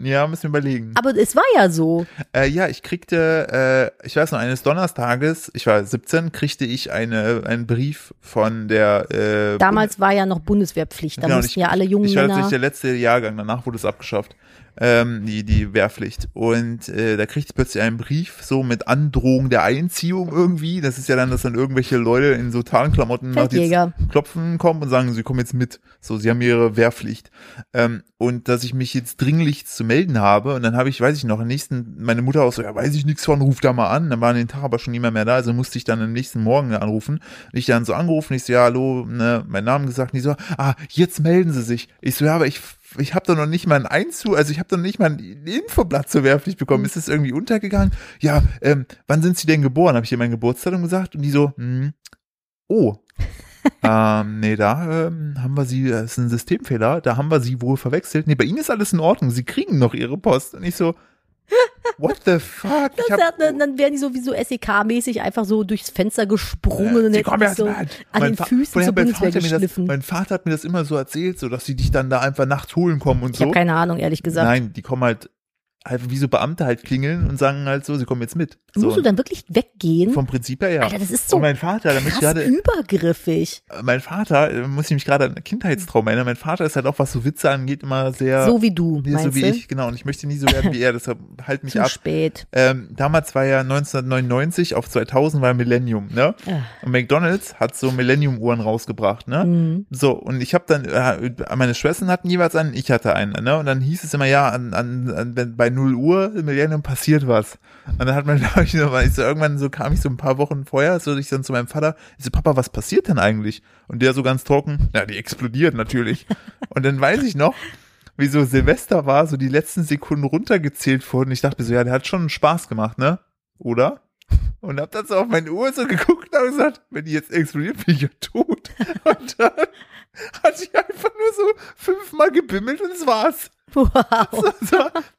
ja, müssen wir überlegen.
aber es war ja so.
Äh, ja, ich kriegte, äh, ich weiß noch, eines Donnerstages, ich war 17, kriegte ich eine, einen Brief von der äh,
Damals war ja noch Bundeswehrpflicht. Da
Genau, und
mussten
ich-
ja alle jungen
ich war
Männer.
tatsächlich der letzte Jahrgang, danach wurde es abgeschafft, ähm, die, die Wehrpflicht. Und äh, da kriegte ich plötzlich einen Brief, so mit Androhung der Einziehung irgendwie. Das ist ja dann, dass dann irgendwelche Leute in so Tarnklamotten nach die
Feldjäger.
klopfen kommen und sagen, sie kommen jetzt mit. So, sie haben ihre Wehrpflicht. Ähm, und dass dass ich mich jetzt dringlich zu melden habe. Und dann habe ich, weiß ich noch, am nächsten, meine Mutter auch so, ja, weiß ich nichts von, ruf da mal an. Dann war an den Tag aber schon niemand mehr da, also musste ich dann am nächsten Morgen anrufen. Und ich dann so angerufen, ich so, ja, hallo, ne, meinen Namen gesagt. Und die so, ah, jetzt melden sie sich. Ich so, ja, aber ich ich habe da noch nicht mal ein Einzug, also ich habe da noch nicht mal ein Infoblatt zur Wehrpflicht bekommen. Ist das irgendwie untergegangen? Ja, ähm, wann sind Sie denn geboren? Habe ich ihr mein Geburtsdatum gesagt und die so, hm, oh, ähm, nee, da ähm, haben wir Sie, das ist ein Systemfehler, da haben wir Sie wohl verwechselt. Nee, bei Ihnen ist alles in Ordnung, Sie kriegen noch Ihre Post. Und ich so, What the fuck? Ich
Dann, sagt- dann, dann wären die sowieso SEK-mäßig E einfach so durchs Fenster gesprungen und
Äh, Sie
hätten
kommen
sich
erst
so
mal
an
Mein
den
Fa-
Füßen
vorher
zur
mein
Bundeswehr
Vater mir das,
geschliffen.
mein Vater hat mir das immer so erzählt, so dass sie dich dann da einfach nachts holen kommen und
Ich
so.
habe keine Ahnung, ehrlich gesagt.
Nein, die kommen halt, halt wie so Beamte halt klingeln und sagen halt so, sie kommen jetzt mit. So,
Musst du dann wirklich weggehen?
vom Prinzip her ja.
Hm? Alter, das ist so
und mein Vater, da muss ich
krass hm?
gerade,
übergriffig.
mein Vater, äh, muss ich mich gerade an einen Kindheitstraum erinnern, mein Vater ist halt auch, was so Witze angeht, immer sehr,
so wie du,
ja,
meinst
so wie
du?
ich, genau, und ich möchte nie so werden wie er, deshalb halt mich
Zu
ab.
spät.
Ähm, damals war ja 1999 auf 2000 war Millennium, ne?
Ah.
Und McDonald's hat so Millennium-Uhren rausgebracht, ne?
Mhm.
So, und ich habe dann, äh, meine Schwestern hatten jeweils einen, ich hatte einen, ne? Und dann hieß es immer, ja, an, an, an, wenn bei 0 Uhr im Millennium passiert was. Und dann hat man, glaube ich, noch mal- ich so, irgendwann so kam ich so ein paar Wochen vorher, so ich dann zu meinem Vater, ich so, Papa, was passiert denn eigentlich? Und der so ganz trocken, ja, die explodiert natürlich. und dann weiß ich noch, wie so Silvester war, so die letzten Sekunden runtergezählt wurden. Ich dachte mir so, ja, der hat schon Spaß gemacht, ne? Oder? Und hab dann so auf meine Uhr so geguckt und hab gesagt, wenn die jetzt explodiert, bin ich ja tot. Und dann hat ich einfach nur so fünfmal gebimmelt und es war's.
Wow.
Also,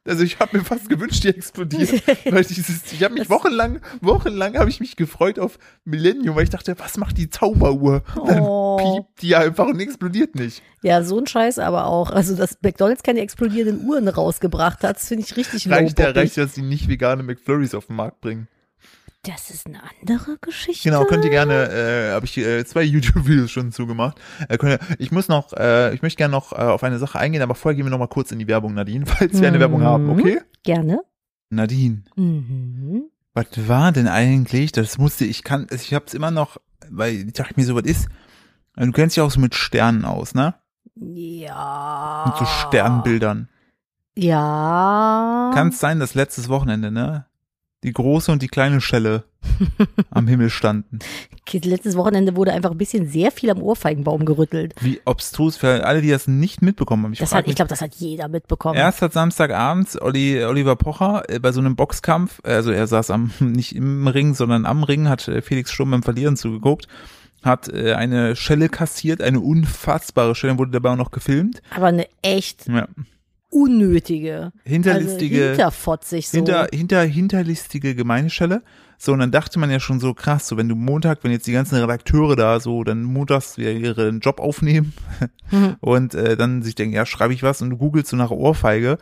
also ich habe mir fast gewünscht, die explodiert. Weil dieses, ich habe mich
Das-
wochenlang, wochenlang habe ich mich gefreut auf Millennium, weil ich dachte, was macht die Zauberuhr? Und dann
Oh.
piept die einfach und explodiert nicht.
Ja, so ein Scheiß aber auch. Also, dass McDonalds keine explodierenden Uhren rausgebracht hat, das finde ich richtig
Reicht der
lowboppig.
reicht, dass die nicht vegane McFlurries auf den Markt bringen.
Das ist eine andere Geschichte.
Genau, könnt ihr gerne, äh, habe ich äh, zwei YouTube-Videos schon zugemacht. Äh, könnt ihr, ich muss noch, äh, ich möchte gerne noch äh, auf eine Sache eingehen, aber vorher gehen wir noch mal kurz in die Werbung, Nadine, falls wir eine
Mhm.
Werbung haben, okay?
Gerne.
Nadine,
Mhm.
was war denn eigentlich? Das musste ich kann, also ich habe es immer noch, weil ich dachte mir so, was ist? Also Du kennst dich auch so mit Sternen aus, ne?
Ja.
Mit so Sternbildern.
Ja.
Kann es sein, dass letztes Wochenende, ne? Die große und die kleine Schelle am Himmel standen.
Okay, Letztes Wochenende wurde einfach ein bisschen sehr viel am Ohrfeigenbaum gerüttelt.
Wie obstrus für alle, die das nicht mitbekommen haben. Ich
Das
frag
hat, ich
mich,
glaube, das hat jeder mitbekommen.
Erst hat Samstagabends Olli, Oliver Pocher äh, bei so einem Boxkampf, also er saß am, nicht im Ring, sondern am Ring, hat äh, Felix Sturm beim Verlieren zugeguckt, hat äh, eine Schelle kassiert, eine unfassbare Schelle, wurde dabei auch noch gefilmt.
Aber eine echt
Ja.
unnötige.
Hinterlistige,
Also hinterfotzig so.
hinter, hinter, hinterlistige Gemeindeschelle. So, und dann dachte man ja schon so, krass, so wenn du Montag, wenn jetzt die ganzen Redakteure da so, dann montags wieder ihren Job aufnehmen
Mhm.
und äh, dann sich denken, ja, schreibe ich was und du googelst so nach Ohrfeige,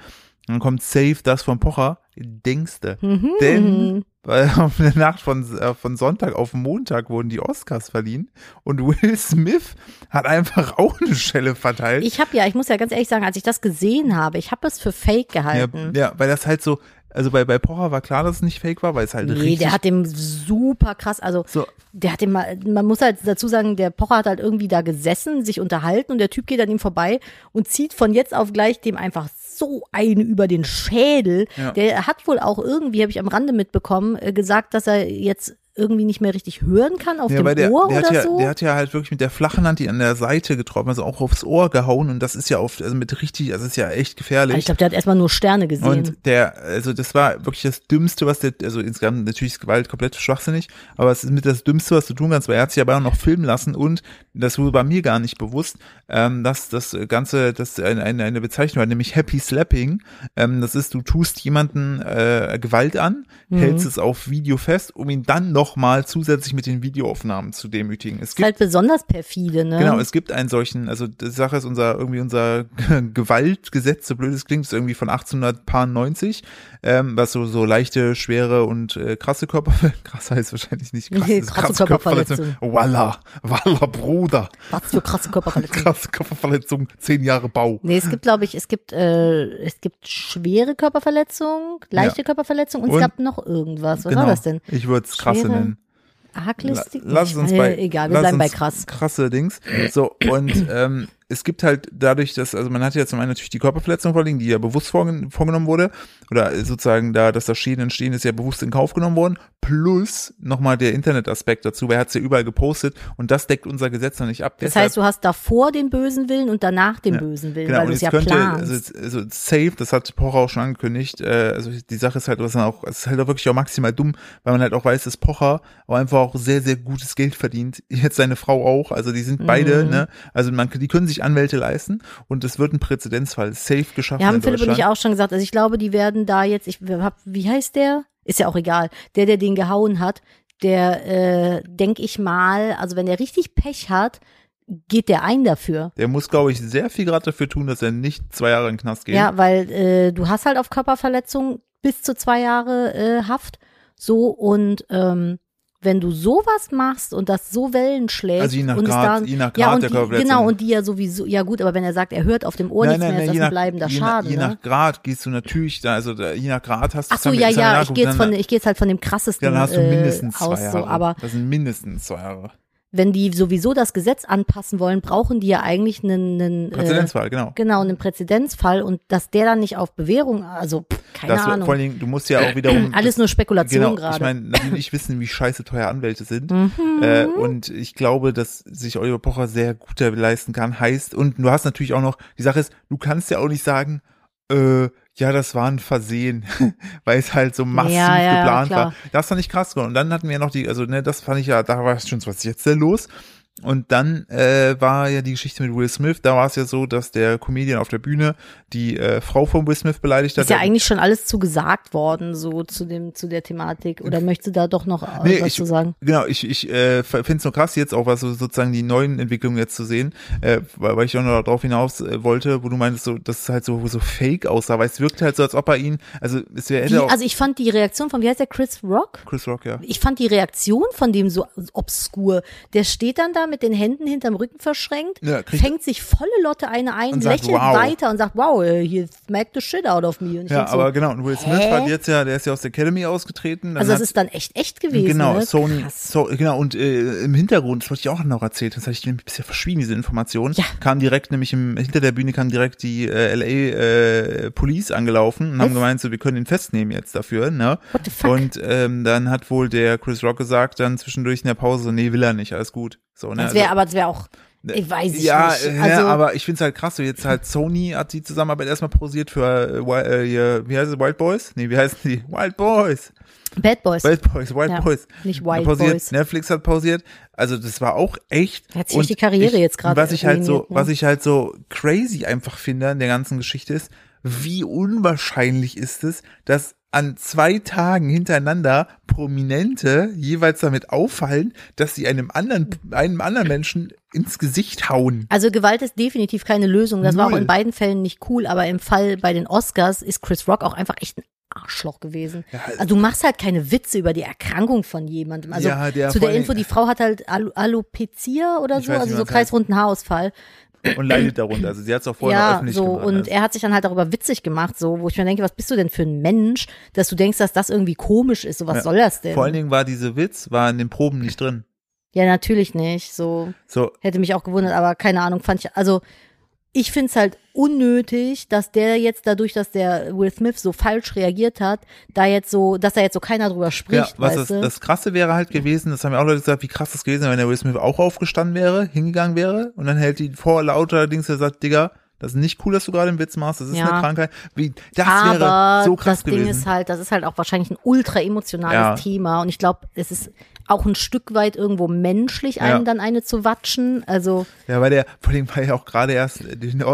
dann kommt safe das von Pocher, denkste.
Mhm.
Denn weil auf der Nacht von, äh, von Sonntag auf Montag wurden die Oscars verliehen und Will Smith hat einfach auch eine Schelle verteilt.
Ich habe ja, ich muss ja ganz ehrlich sagen, als ich das gesehen habe, ich habe es für fake
ja,
gehalten.
ja, weil das halt so, also bei, bei Pocher war klar, dass es nicht fake war, weil es halt
Nee,
richtig
der hat dem super krass, also
so
der hat dem mal, man muss halt dazu sagen, der Pocher hat halt irgendwie da gesessen, sich unterhalten und der Typ geht an ihm vorbei und zieht von jetzt auf gleich dem einfach so eine über den Schädel.
Ja.
Der hat wohl auch irgendwie, habe ich am Rande mitbekommen, äh, gesagt, dass er jetzt irgendwie nicht mehr richtig hören kann auf dem
weil der,
Ohr
der
oder
hat ja,
so.
Der hat ja halt wirklich mit der flachen Hand die an der Seite getroffen, also auch aufs Ohr gehauen und das ist ja oft, also mit richtig, das ist ja echt
Also ich
gefährlich.
glaube, der hat erstmal nur Sterne gesehen.
Und der, also das war wirklich das Dümmste, was der, also insgesamt natürlich ist Gewalt komplett schwachsinnig, aber es ist mit das Dümmste, was du tun kannst, weil er hat sich aber auch noch filmen lassen und das wurde bei mir gar nicht bewusst, ähm, dass das Ganze, das eine, eine, eine Bezeichnung hat, nämlich Happy Slapping. Ähm, das ist, du tust jemanden äh, Gewalt an, hältst es auf Video fest, um ihn dann nochmal zusätzlich mit den Videoaufnahmen zu demütigen. Es
ist
gibt
halt besonders perfide, ne?
Genau, es gibt einen solchen, also die Sache ist unser, irgendwie unser Gewaltgesetz, so blöd es klingt, ist irgendwie von 1890, ähm, was so, so leichte, schwere und äh, krasse Körper, krass heißt wahrscheinlich nicht, krass,
Nee,
ist
krasse Körperverletzung.
Walla, walla Bruder,
Was für krasse Körperverletzungen.
krasse Körperverletzung, zehn Jahre Bau.
Nee, es gibt, glaube ich, es gibt, äh, es gibt schwere Körperverletzung, leichte Körperverletzung und,
Und-
es gab noch irgendwas. Was war das denn?
Genau. Ich würde es krasse
Schwere-
nennen.
Arglistig?
La- Lass
Ich-
uns
äh,
bei
Egal, wir
lass
bleiben bei
uns
krass.
Krasse Dings. So und ähm, es gibt halt dadurch, dass, also man hat ja zum einen natürlich die Körperverletzung vorliegen, die ja bewusst vorgen- vorgenommen wurde, oder sozusagen da, dass das Schäden entstehen, ist ja bewusst in Kauf genommen worden, plus nochmal der Internetaspekt dazu, wer hat es ja überall gepostet und das deckt unser Gesetz noch nicht ab.
Das heißt, du hast davor den bösen Willen und danach den bösen Willen,
Genau,
weil
und
du es
jetzt
ja
könnte,
planst.
also, jetzt- also safe, das hat Pocher auch schon angekündigt, äh, also die Sache ist halt, was dann auch, es ist halt auch wirklich auch maximal dumm, weil man halt auch weiß, dass Pocher auch einfach auch sehr, sehr gutes Geld verdient, jetzt seine Frau auch, also die sind
Mhm.
beide, ne, also man, die können sich Anwälte leisten und es wird ein Präzedenzfall safe geschaffen
ja, haben
in
Philipp und
Deutschland.
ich auch schon gesagt. Also ich glaube, die werden da jetzt, ich hab, wie heißt der? Ist ja auch egal. Der, der den gehauen hat, der, äh, denk ich mal, also wenn der richtig Pech hat, geht der ein dafür.
Der muss, glaube ich, sehr viel gerade dafür tun, dass er nicht zwei Jahre in den Knast geht.
Ja, weil äh, du hast halt auf Körperverletzung bis zu zwei Jahre äh, Haft. So und ähm, wenn du sowas machst und das so Wellen schlägt
Also je nach
und es
Grad-
dann,
je nach
ja,
Grad
und
der
die,
Körperverletzung.
Genau, und die ja sowieso, ja gut, aber wenn er sagt, er hört auf dem Ohr nichts mehr, ist das ein bleibender
je, nach-
Schaden.
je
ne?
nach Grad gehst du natürlich da, also da, je nach Grad hast du
Ach so,
das haben wir-
ja,
das haben wir
ja, ich
nachgeguckt,
gehe jetzt, von-
dann-
ich geh jetzt halt von dem krassesten
dann hast du mindestens
äh, aus.
zwei Jahre.
So, aber
das sind mindestens zwei Jahre.
wenn die sowieso das Gesetz anpassen wollen, brauchen die ja eigentlich einen, einen äh,
Präzedenzfall, genau.
genau einen Präzedenzfall und dass der dann nicht auf Bewährung, also pff, keine
Das,
Ahnung,
vor allen Dingen, du musst ja auch wiederum.
alles nur Spekulation
Ähm, Genau,
gerade. Mhm.
ich meine, natürlich wissen, wie scheiße teuer Anwälte sind. Äh, und ich glaube, dass sich Oliver Pocher sehr gut da leisten kann. Heißt, und du hast natürlich auch noch, die Sache ist, du kannst ja auch nicht sagen, äh, ja, das war ein Versehen, weil es halt so massiv
Ja, ja, ja,
geplant
klar.
war. Das fand ich krass. Und dann hatten wir noch die, also ne, das fand ich ja, da war schon, was ist jetzt denn los? Und dann äh, war ja die Geschichte mit Will Smith, da war es ja so, dass der Comedian auf der Bühne die äh, Frau von Will Smith beleidigt hat.
ist ja
Der-
eigentlich schon alles zu gesagt worden, so zu dem, zu der Thematik. Oder möchtest du da doch noch äh,
Nee,
was
ich-
zu sagen?
Genau, ich, ich äh, finde es nur krass, jetzt auch was so sozusagen die neuen Entwicklungen jetzt zu sehen, äh, weil, weil ich auch noch darauf hinaus äh, wollte, wo du meintest, so, dass es halt so, so fake aussah, weil es wirkt halt so, als ob er ihn, also es wäre
Wie,
hätte auch
also ich fand die Reaktion von, wie heißt der, Chris Rock?
Chris Rock, ja.
Ich fand die Reaktion von dem so obskur. Der steht dann da mit den Händen hinterm Rücken verschränkt,
Ja, kriegt-
fängt sich volle Lotte eine ein,
Und sagt,
lächelt
wow.
weiter und sagt, wow, äh, you smacked the shit out of me. Und ich
Ja,
denk so,
aber genau, und Will Smith
hä?
war jetzt ja, der ist ja aus der Academy ausgetreten. dann
also das
hat-
ist dann echt echt gewesen.
Genau,
ne?
Sony,
Krass.
so, genau, und äh, im Hintergrund, das wollte ich auch noch erzählt, das hatte ich nämlich bisher verschwiegen, diese Information,
Ja.
kam direkt nämlich im, hinter der Bühne kam direkt die äh, LA äh, Police angelaufen und haben gemeint, so, wir können ihn festnehmen jetzt dafür, ne?
What the fuck?
Und ähm, dann hat wohl der Chris Rock gesagt, dann zwischendurch in der Pause, so, nee, will er nicht, alles gut. So, ne?
Das wäre
also-
aber das wäre auch ich weiß ich
ja,
nicht.
äh,
Also,
aber ich finde es halt krass, so jetzt halt Sony hat die Zusammenarbeit erstmal posiert für, äh, Wi- äh, hier, wie heißt es, Wild Boys? Nee, wie heißen die? Wild Boys!
Bad Boys.
Wild Boys, Wild
Ja,
Boys.
nicht
Hat
Wild
pausiert,
Boys.
Netflix hat pausiert. Also das war auch echt.
Hat sich die Karriere jetzt gerade
Was ich halt so,
ruiniert, ne?
was ich halt so crazy einfach finde an der ganzen Geschichte ist, wie unwahrscheinlich ist es, dass an zwei Tagen hintereinander Prominente jeweils damit auffallen, dass sie einem anderen, einem anderen Menschen ins Gesicht hauen.
Also Gewalt ist definitiv keine Lösung. Das war auch
Null.
in beiden Fällen nicht cool, aber im Fall bei den Oscars ist Chris Rock auch einfach echt ein Arschloch gewesen. also du machst halt keine Witze über die Erkrankung von jemandem. Also
Ja, der
zu
vor
der
allen
Info,
Dingen-
die Frau hat halt Al Alopecia oder
Ich
so,
weiß nicht,
also
wie
so
man's heißt.
kreisrunden Haarausfall.
Und leidet darunter. Also sie hat es auch vorher noch
Ja,
öffentlich
so
gemacht.
und
also.
er hat sich dann halt darüber witzig gemacht, so wo ich mir denke, was bist du denn für ein Mensch, dass du denkst, dass das irgendwie komisch ist? So was
Ja.
soll das denn?
Vor allen Dingen war diese Witz, war in den Proben nicht drin.
ja, natürlich nicht. So
So,
Hätte mich auch gewundert, aber keine Ahnung, fand ich, also ich finde es halt unnötig, dass der jetzt dadurch, dass der Will Smith so falsch reagiert hat, da jetzt so, dass da jetzt so keiner drüber spricht,
Ja, was
weißt
das,
du?
das Krasse wäre halt gewesen, das haben ja auch Leute gesagt, wie krass das gewesen wäre, wenn der Will Smith auch aufgestanden wäre, hingegangen wäre und dann hält die vor lauter Dings, der sagt, Digga, das ist nicht cool, dass du gerade einen Witz machst, das ist
Ja.
eine Krankheit. Wie, das
aber
wäre so krass
das
gewesen.
Ding ist halt, das ist halt auch wahrscheinlich ein ultra emotionales
Ja.
Thema und ich glaube, es ist auch ein Stück weit irgendwo menschlich, einem
Ja.
dann eine zu watschen. Also
ja, weil der, vor allem war ja auch gerade erst, äh, den, äh,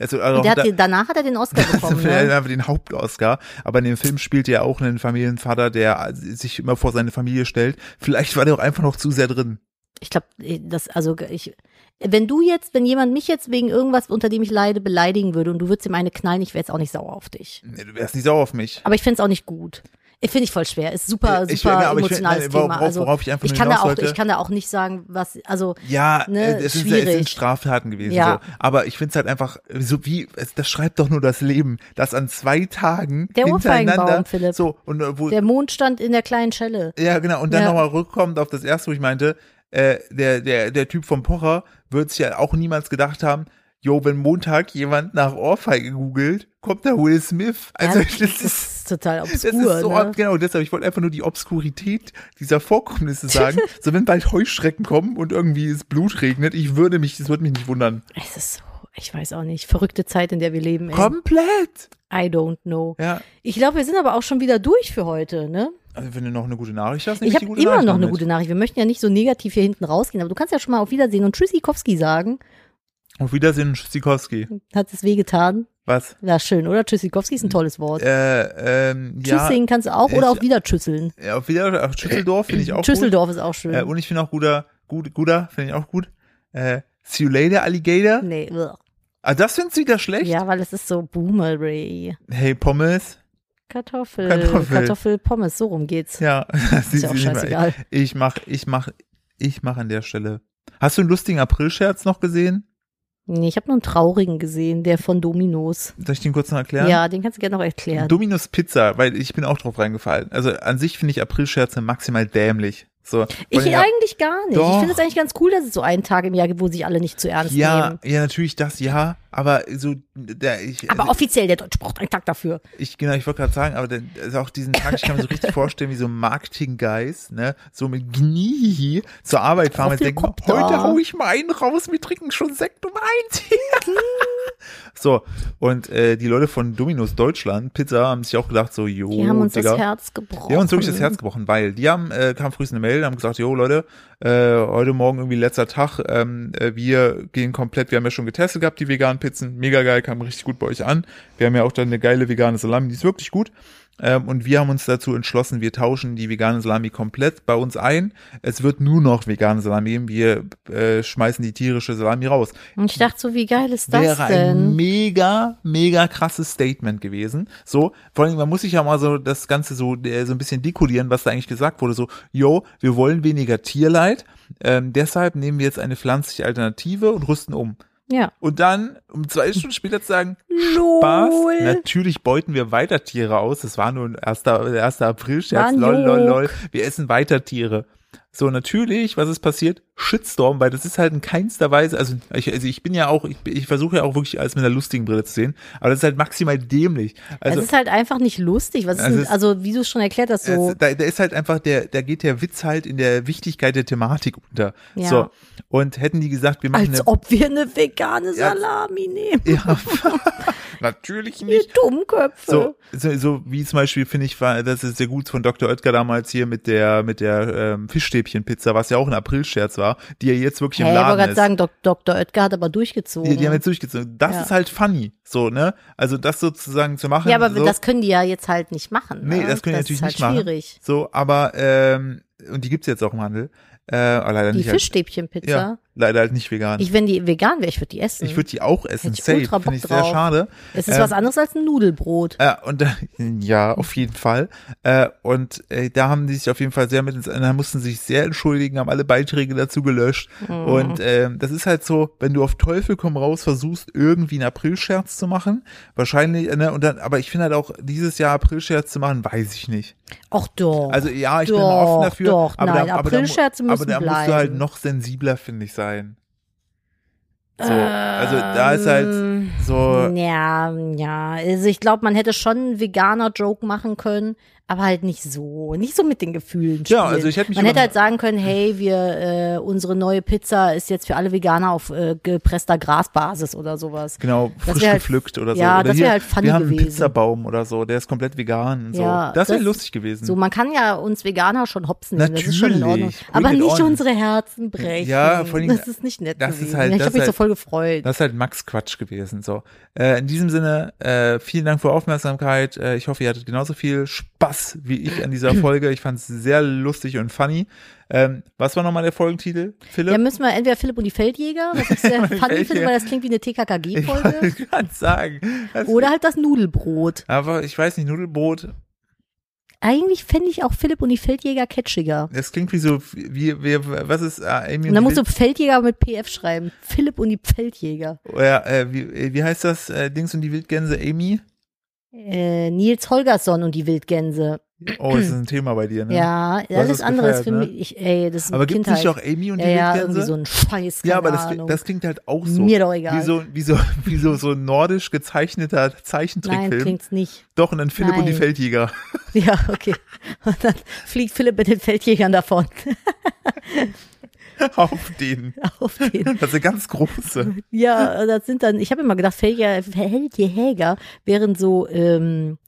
also, also
der hat,
da-
den- danach hat er den Oscar bekommen.
Er hat
ne?
einfach den Hauptoscar, aber in dem Film spielt er auch einen Familienvater, der sich immer vor seine Familie stellt. Vielleicht war der auch einfach noch zu sehr drin.
Ich glaube, das, also ich, wenn du jetzt, wenn jemand mich jetzt wegen irgendwas, unter dem ich leide, beleidigen würde und du würdest ihm eine knallen, ich wäre jetzt auch nicht sauer auf dich.
Nee, Du wärst nicht sauer auf mich.
Aber ich finde es auch nicht gut. Ich Finde ich voll schwer. Ist super,
Ich- ich-
super
ja, aber ich find-
emotionales
nein, worauf-
Thema. Also,
worauf ich einfach nur
kann da
hinaus
auch,
wollte-
ich kann da auch nicht sagen, was, also,
Ja,
Ne,
äh, es, sind, es
schwierig.
sind Straftaten gewesen.
Ja.
So. Aber ich find's halt einfach, äh, so wie, es- das schreibt doch nur das Leben, dass an zwei Tagen
Der
hintereinander
Ohrfeigenbaum, Philipp.
so und äh, wo,
der Mond stand in der kleinen Schelle.
ja genau und dann
Ja.
nochmal rückkommend auf das erste, wo ich meinte, äh, der der der Typ vom Pocher wird's ja auch niemals gedacht haben. yo, wenn Montag jemand nach Ohrfeige googelt, kommt da Will Smith. Also
ja,
das ist
total obskur.
das ist so,
ne?
ab- genau, deshalb, ich wollte einfach nur die Obskurität dieser Vorkommnisse sagen. so, wenn bald Heuschrecken kommen und irgendwie es Blut regnet, ich würde mich, das würde mich nicht wundern.
Es ist so, ich weiß auch nicht, verrückte Zeit, in der wir leben. Ey.
Komplett!
I don't know.
Ja.
Ich glaube, wir sind aber auch schon wieder durch für heute, ne?
Also, wenn du noch eine gute Nachricht hast, nehme
Ich
ich die
habe
gute
immer
Nachricht
noch eine
mit.
gute Nachricht. Wir möchten ja nicht so negativ hier hinten rausgehen, aber du kannst ja schon mal auf Wiedersehen und Tschüssikowski sagen.
Auf Wiedersehen, Tschüssikowski.
Hat es wehgetan?
Was?
Na schön, oder? Tschüssikowski ist ein tolles Wort.
Hm. Äh, ähm, ja.
Tschüssing kannst du auch
ich-
oder auch wieder tschüsseln.
Ja, Auf Wiedersehen, auf Tschüsseldorf finde ich auch gut.
Tschüsseldorf ist auch schön.
Äh, und ich finde auch guter, gut, guter, finde ich auch gut. Äh, see you later, Alligator.
nee, ugh.
Ah, das findest du wieder schlecht?
Hm. ja, weil es ist so Boomery.
Hey, Pommes.
Kartoffel,
Kartoffel.
Kartoffel, Pommes, so rum geht's.
Ja, das
ist ja auch
nicht mal.
scheißegal.
Ich mach, ich mach, ich mach an der Stelle. Hast du einen lustigen Aprilscherz noch gesehen?
Nee, ich habe nur einen traurigen gesehen, der von Dominos.
Soll ich den kurz noch
Ja,
erklären?
den kannst du gerne noch erklären.
Dominus Pizza, weil ich bin auch drauf reingefallen. Also an sich finde ich Aprilscherze maximal dämlich. So,
ich
Wollen wir-
eigentlich gar nicht. Ich
Doch.
finde es eigentlich ganz cool, dass es so einen Tag im Jahr gibt, wo sich alle nicht zu ernst
ja,
nehmen.
ja, natürlich das, ja, aber so, der, ich,
Aber offiziell, der Deutsche braucht einen Tag dafür.
Ich, genau, ich wollte gerade sagen, aber dann, also auch diesen Tag, ich kann mir so richtig vorstellen, wie so Marketing-Guys, ne, so mit Gniehi zur Arbeit fahren und denken,
Helikopter.
heute hau ich mal einen raus, wir trinken schon Sekt um eins. so, und äh, die Leute von Dominos Deutschland, Pizza, haben sich auch gedacht, so, jo,
Die haben uns
Digga.
das Herz gebrochen.
Die haben uns wirklich das Herz gebrochen, weil die haben, äh, kam frühestens eine Mail, haben gesagt, jo Leute, äh, heute Morgen irgendwie letzter Tag, ähm, äh, wir gehen komplett, wir haben ja schon getestet gehabt, die veganen Pizzen, mega geil, kamen richtig gut bei euch an. Wir haben ja auch dann eine geile vegane Salami, die ist wirklich gut. Ähm, und wir haben uns dazu entschlossen, wir tauschen die vegane Salami komplett bei uns ein. Es wird nur noch vegane Salami geben, wir äh, schmeißen die tierische Salami raus.
Und ich dachte so, wie geil ist das
wäre ein
denn?
mega, mega krasses Statement gewesen. So, vor allem, man muss sich ja mal so das Ganze so, äh, so ein bisschen dekodieren, was da eigentlich gesagt wurde. So, yo, wir wollen weniger Tierleid, ähm, deshalb nehmen wir jetzt eine pflanzliche Alternative und rüsten um.
Ja.
Und dann, um zwei Stunden später zu sagen,
Lol.
Spaß, natürlich beuten wir weiter Tiere aus. Das war nur ein 1. der 1. April-Scherz,
Mann,
lol, lol,
Jörg.
lol. Wir essen weiter Tiere. So, natürlich, was ist passiert? Shitstorm, weil das ist halt in keinster Weise, also ich, also ich bin ja auch, ich, ich versuche ja auch wirklich alles mit einer lustigen Brille zu sehen, aber das ist halt maximal dämlich. Also,
es ist halt einfach nicht lustig. Was ist
Also
denn,
es-
also wie du es schon erklärt hast, so
es, da, da ist halt einfach der, da geht der Witz halt in der Wichtigkeit der Thematik unter.
Ja.
So. Und hätten die gesagt, wir machen
als
eine,
ob wir eine vegane
Ja.
Salami nehmen.
ja, natürlich
Ihr
nicht.
Dummköpfe.
So, so, so wie zum Beispiel finde ich, war, das ist sehr gut von Dr. Oetker damals hier mit der mit der ähm, Fischstäbchenpizza, was ja auch ein Aprilscherz war, die ja jetzt wirklich im
Hey, ich wollte
Laden
gerade
ist.
sagen, Dok Dr. Oetker hat aber durchgezogen.
die, die haben jetzt durchgezogen. Das
Ja.
ist halt funny, so ne? Also das sozusagen zu machen.
ja, aber
so,
das können die ja jetzt halt nicht machen.
nee,
ne?
das können die natürlich
das ist halt
nicht machen.
schwierig.
So, aber ähm, und die gibt's jetzt auch im Handel. Äh, aber leider
Die
nicht. Als,
Fischstäbchenpizza.
ja, leider halt nicht vegan. Ich,
Ich, wenn die vegan wäre, ich würde die essen.
würde die auch essen.
Hätte ich
Safe,
ultra Bock
finde ich sehr
drauf.
schade.
es ist
ähm,
was anderes als ein Nudelbrot.
Äh, und da, ja, auf jeden Fall. Äh, und äh, da haben die sich auf jeden Fall sehr mit ins, da mussten sie sich sehr entschuldigen, haben alle Beiträge dazu gelöscht.
Mhm.
Und ähm, das ist halt so, wenn du auf Teufel komm raus versuchst, irgendwie einen Aprilscherz zu machen, wahrscheinlich, äh, ne, und dann, aber ich finde halt auch, dieses Jahr Aprilscherz zu machen, weiß ich nicht.
Ach doch.
Also ja, ich bin mal offen
Doch,
dafür.
doch,
aber
nein,
da, aber da, mu-
Aprilscherze
aber
müssen
da musst du halt
bleiben.
noch sensibler, finde ich, sein. So, also da ist halt
Ähm,
so,
Ja, ja. Also ich glaube, man hätte schon einen Veganer-Joke machen können, aber halt nicht so. Nicht so mit den Gefühlen. Spielen.
Ja, also ich hätte mich
man
über-
hätte halt sagen können, hey, wir, äh, unsere neue Pizza ist jetzt für alle Veganer auf äh, gepresster Grasbasis oder sowas.
Genau,
Das
frisch
wär halt-
gepflückt oder so.
ja,
oder
das wär
hier,
halt funny
Wir haben einen
gewesen.
Pizzabaum oder so, der ist komplett vegan und so.
Ja,
das wäre
das-
lustig gewesen.
So, man kann ja uns Veganer schon hops nehmen, das ist schon in Ordnung.
Natürlich, bring
Aber
it
nicht
on.
unsere Herzen brechen.
Ja, vor allen Dingen-
das ist nicht nett
das ist
gewesen.
halt-
ich
das
habe
ist
mich so
halt-
voll gefreut.
das ist halt Max Quatsch gewesen. So. Äh, in diesem Sinne, äh, vielen Dank für eure Aufmerksamkeit. Äh, ich hoffe, ihr hattet genauso viel Spaß wie ich an dieser Folge. Ich fand es sehr lustig und funny. Ähm, was war nochmal der Folgentitel, Philipp?
Ja, müssen wir entweder Philipp und die Feldjäger, was ich sehr funny finde,
Ne? Feldjäger.
weil das klingt wie eine
ich
TKKG-Folge.
wollte gerade sagen. Das,
Oder halt das Nudelbrot.
aber ich weiß nicht, Nudelbrot,
Eigentlich fände ich auch Philipp und die Feldjäger catchiger.
das klingt wie so, wie, wie was ist äh, Amy
Und dann musst
Philipp?
du Feldjäger mit PF schreiben. Philipp und die Feldjäger.
Oder, äh, wie, wie heißt das? Äh, Dings und die Wildgänse, Amy?
Äh, Nils Holgersson und die Wildgänse.
Oh, das ist ein Thema bei dir, ne?
Ja,
hast
alles
es
andere ist für
gefeiert, ne?
mich, ich, ey, das ist
Aber gibt es
Kindheit.
nicht auch Amy und
ja,
die
ja, irgendwie
Wildgänse?
so ein Scheiß, keine
ja, aber das,
Ahnung.
das klingt halt auch so.
Mir doch egal.
Wie so, wie so, wie so, so ein nordisch gezeichneter
Nein,
Zeichentrickfilm.
klingt's nicht.
Doch, und dann Philipp und die
Nein.
Feldjäger.
Ja, okay. Und dann fliegt Philipp mit den Feldjägern davon.
Auf den.
Auf den
Das sind ganz große.
Ja, das sind dann, ich habe immer gedacht, Feldjäger, Feldjäger wären so ähm,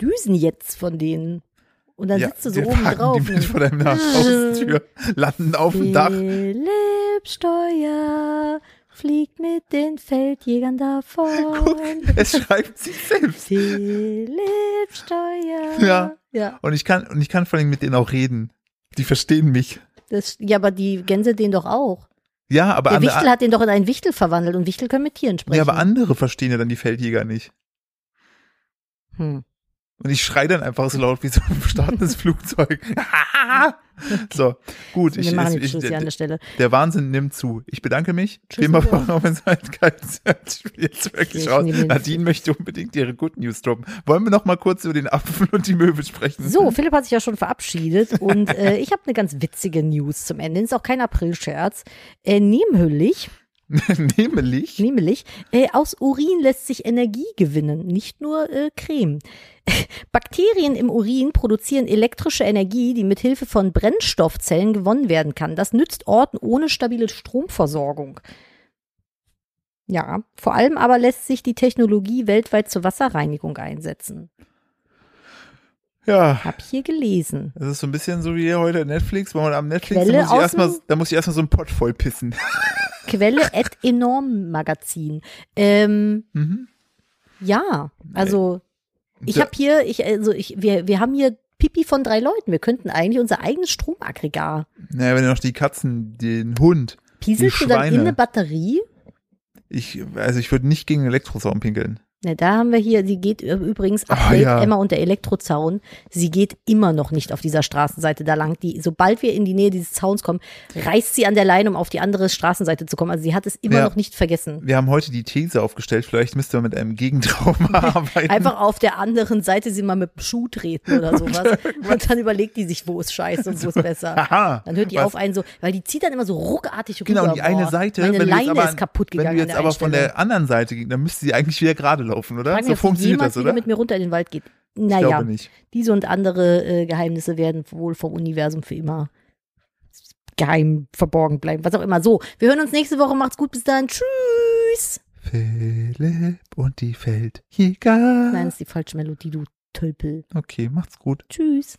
Düsen jetzt von denen. Und dann
ja,
sitzt du so
wir
oben
parken
drauf. ne?
Die mit vor deinem Haustür, landen auf dem Dach.
Philipp Steuer fliegt mit den Feldjägern
Guck,
davon.
es schreibt sich selbst.
Philipp Steuer.
Ja.
Ja,
Und ich kann, und ich kann vor allem mit denen auch reden. Die verstehen mich.
das, ja, aber die Gänse den doch auch.
Ja, aber
Der
andere,
Wichtel hat den doch in einen Wichtel verwandelt und Wichtel können mit Tieren sprechen.
ja, aber andere verstehen ja dann die Feldjäger nicht.
hm.
Und ich schreie dann einfach so laut wie so ein startendes Flugzeug. so, gut. Ich,
Wir machen
ich,
jetzt
ich,
Schluss hier an der Stelle.
der Wahnsinn nimmt zu. Ich bedanke mich.
Tschüss,
Thema
Herr Dorn.
Pornoverseitkeit jetzt wirklich
Ich
aus.
nehme den-
Nadine möchte unbedingt ihre Good News droppen. Wollen wir noch mal kurz über den Apfel und die Möwe sprechen?
So, Philipp hat sich ja schon verabschiedet und äh, ich habe eine ganz witzige News zum Ende. Ist auch kein April-Scherz. Äh, nämlich,
Nämlich.
nämlich äh, aus Urin lässt sich Energie gewinnen, nicht nur äh, Creme. Bakterien im Urin produzieren elektrische Energie, die mit Hilfe von Brennstoffzellen gewonnen werden kann. Das nützt Orten ohne stabile Stromversorgung. Ja, vor allem aber lässt sich die Technologie weltweit zur Wasserreinigung einsetzen.
Ja.
Hab hier gelesen.
Das ist so ein bisschen so wie hier heute Netflix, wo man am Netflix,
Quelle
da muss ich
aus
erstmal,
dem-
da muss ich erstmal so einen Pott voll pissen.
Quelle at enorm Magazin. Ähm,
Mhm.
ja, also ich
Da-
habe hier, ich, also ich, wir, wir haben hier Pipi von drei Leuten. Wir könnten eigentlich unser eigenes Stromaggregat.
Naja, wenn du noch die Katzen, den Hund.
Pieselst
Die
du dann in
Schweine.
eine Batterie?
Ich, also ich würde nicht gegen einen Elektrosaum pinkeln.
Ne, da haben wir hier, sie geht ü- übrigens,
Ah,
Update
ja.
Emma und der Elektrozaun, sie geht immer noch nicht auf dieser Straßenseite da lang. Die, sobald wir in die Nähe dieses Zauns kommen, reißt sie an der Leine, um auf die andere Straßenseite zu kommen. Also sie hat es immer
Ja.
noch nicht vergessen.
Wir haben heute die These aufgestellt, vielleicht müsste man mit einem Gegentraum arbeiten.
Einfach auf der anderen Seite sie mal mit dem Schuh treten oder sowas. und dann überlegt die sich, wo ist scheiße und wo ist besser.
Aha.
Dann hört die
Was-
auf einen so, weil die zieht dann immer so ruckartig rüber.
Genau, und die eine
Boah,
Seite,
Meine
wenn du
Leine
jetzt aber,
ist kaputt
wenn
gegangen.
du jetzt
an der
aber von
Einstellung.
der anderen Seite ging, dann müsste sie eigentlich wieder gerade laufen, oder?
Fragen
so
wir, ob die
funktioniert
jemals
das, oder?
wieder mit mir runter in den Wald geht.
ich
Naja,
glaube nicht.
diese und andere äh, Geheimnisse werden wohl vom Universum für immer geheim verborgen bleiben. Was auch immer. So, wir hören uns nächste Woche. Macht's gut. Bis dann. Tschüss.
Philipp und die Feldjäger.
Nein, das ist die falsche Melodie, du Tölpel.
Okay, macht's gut.
Tschüss.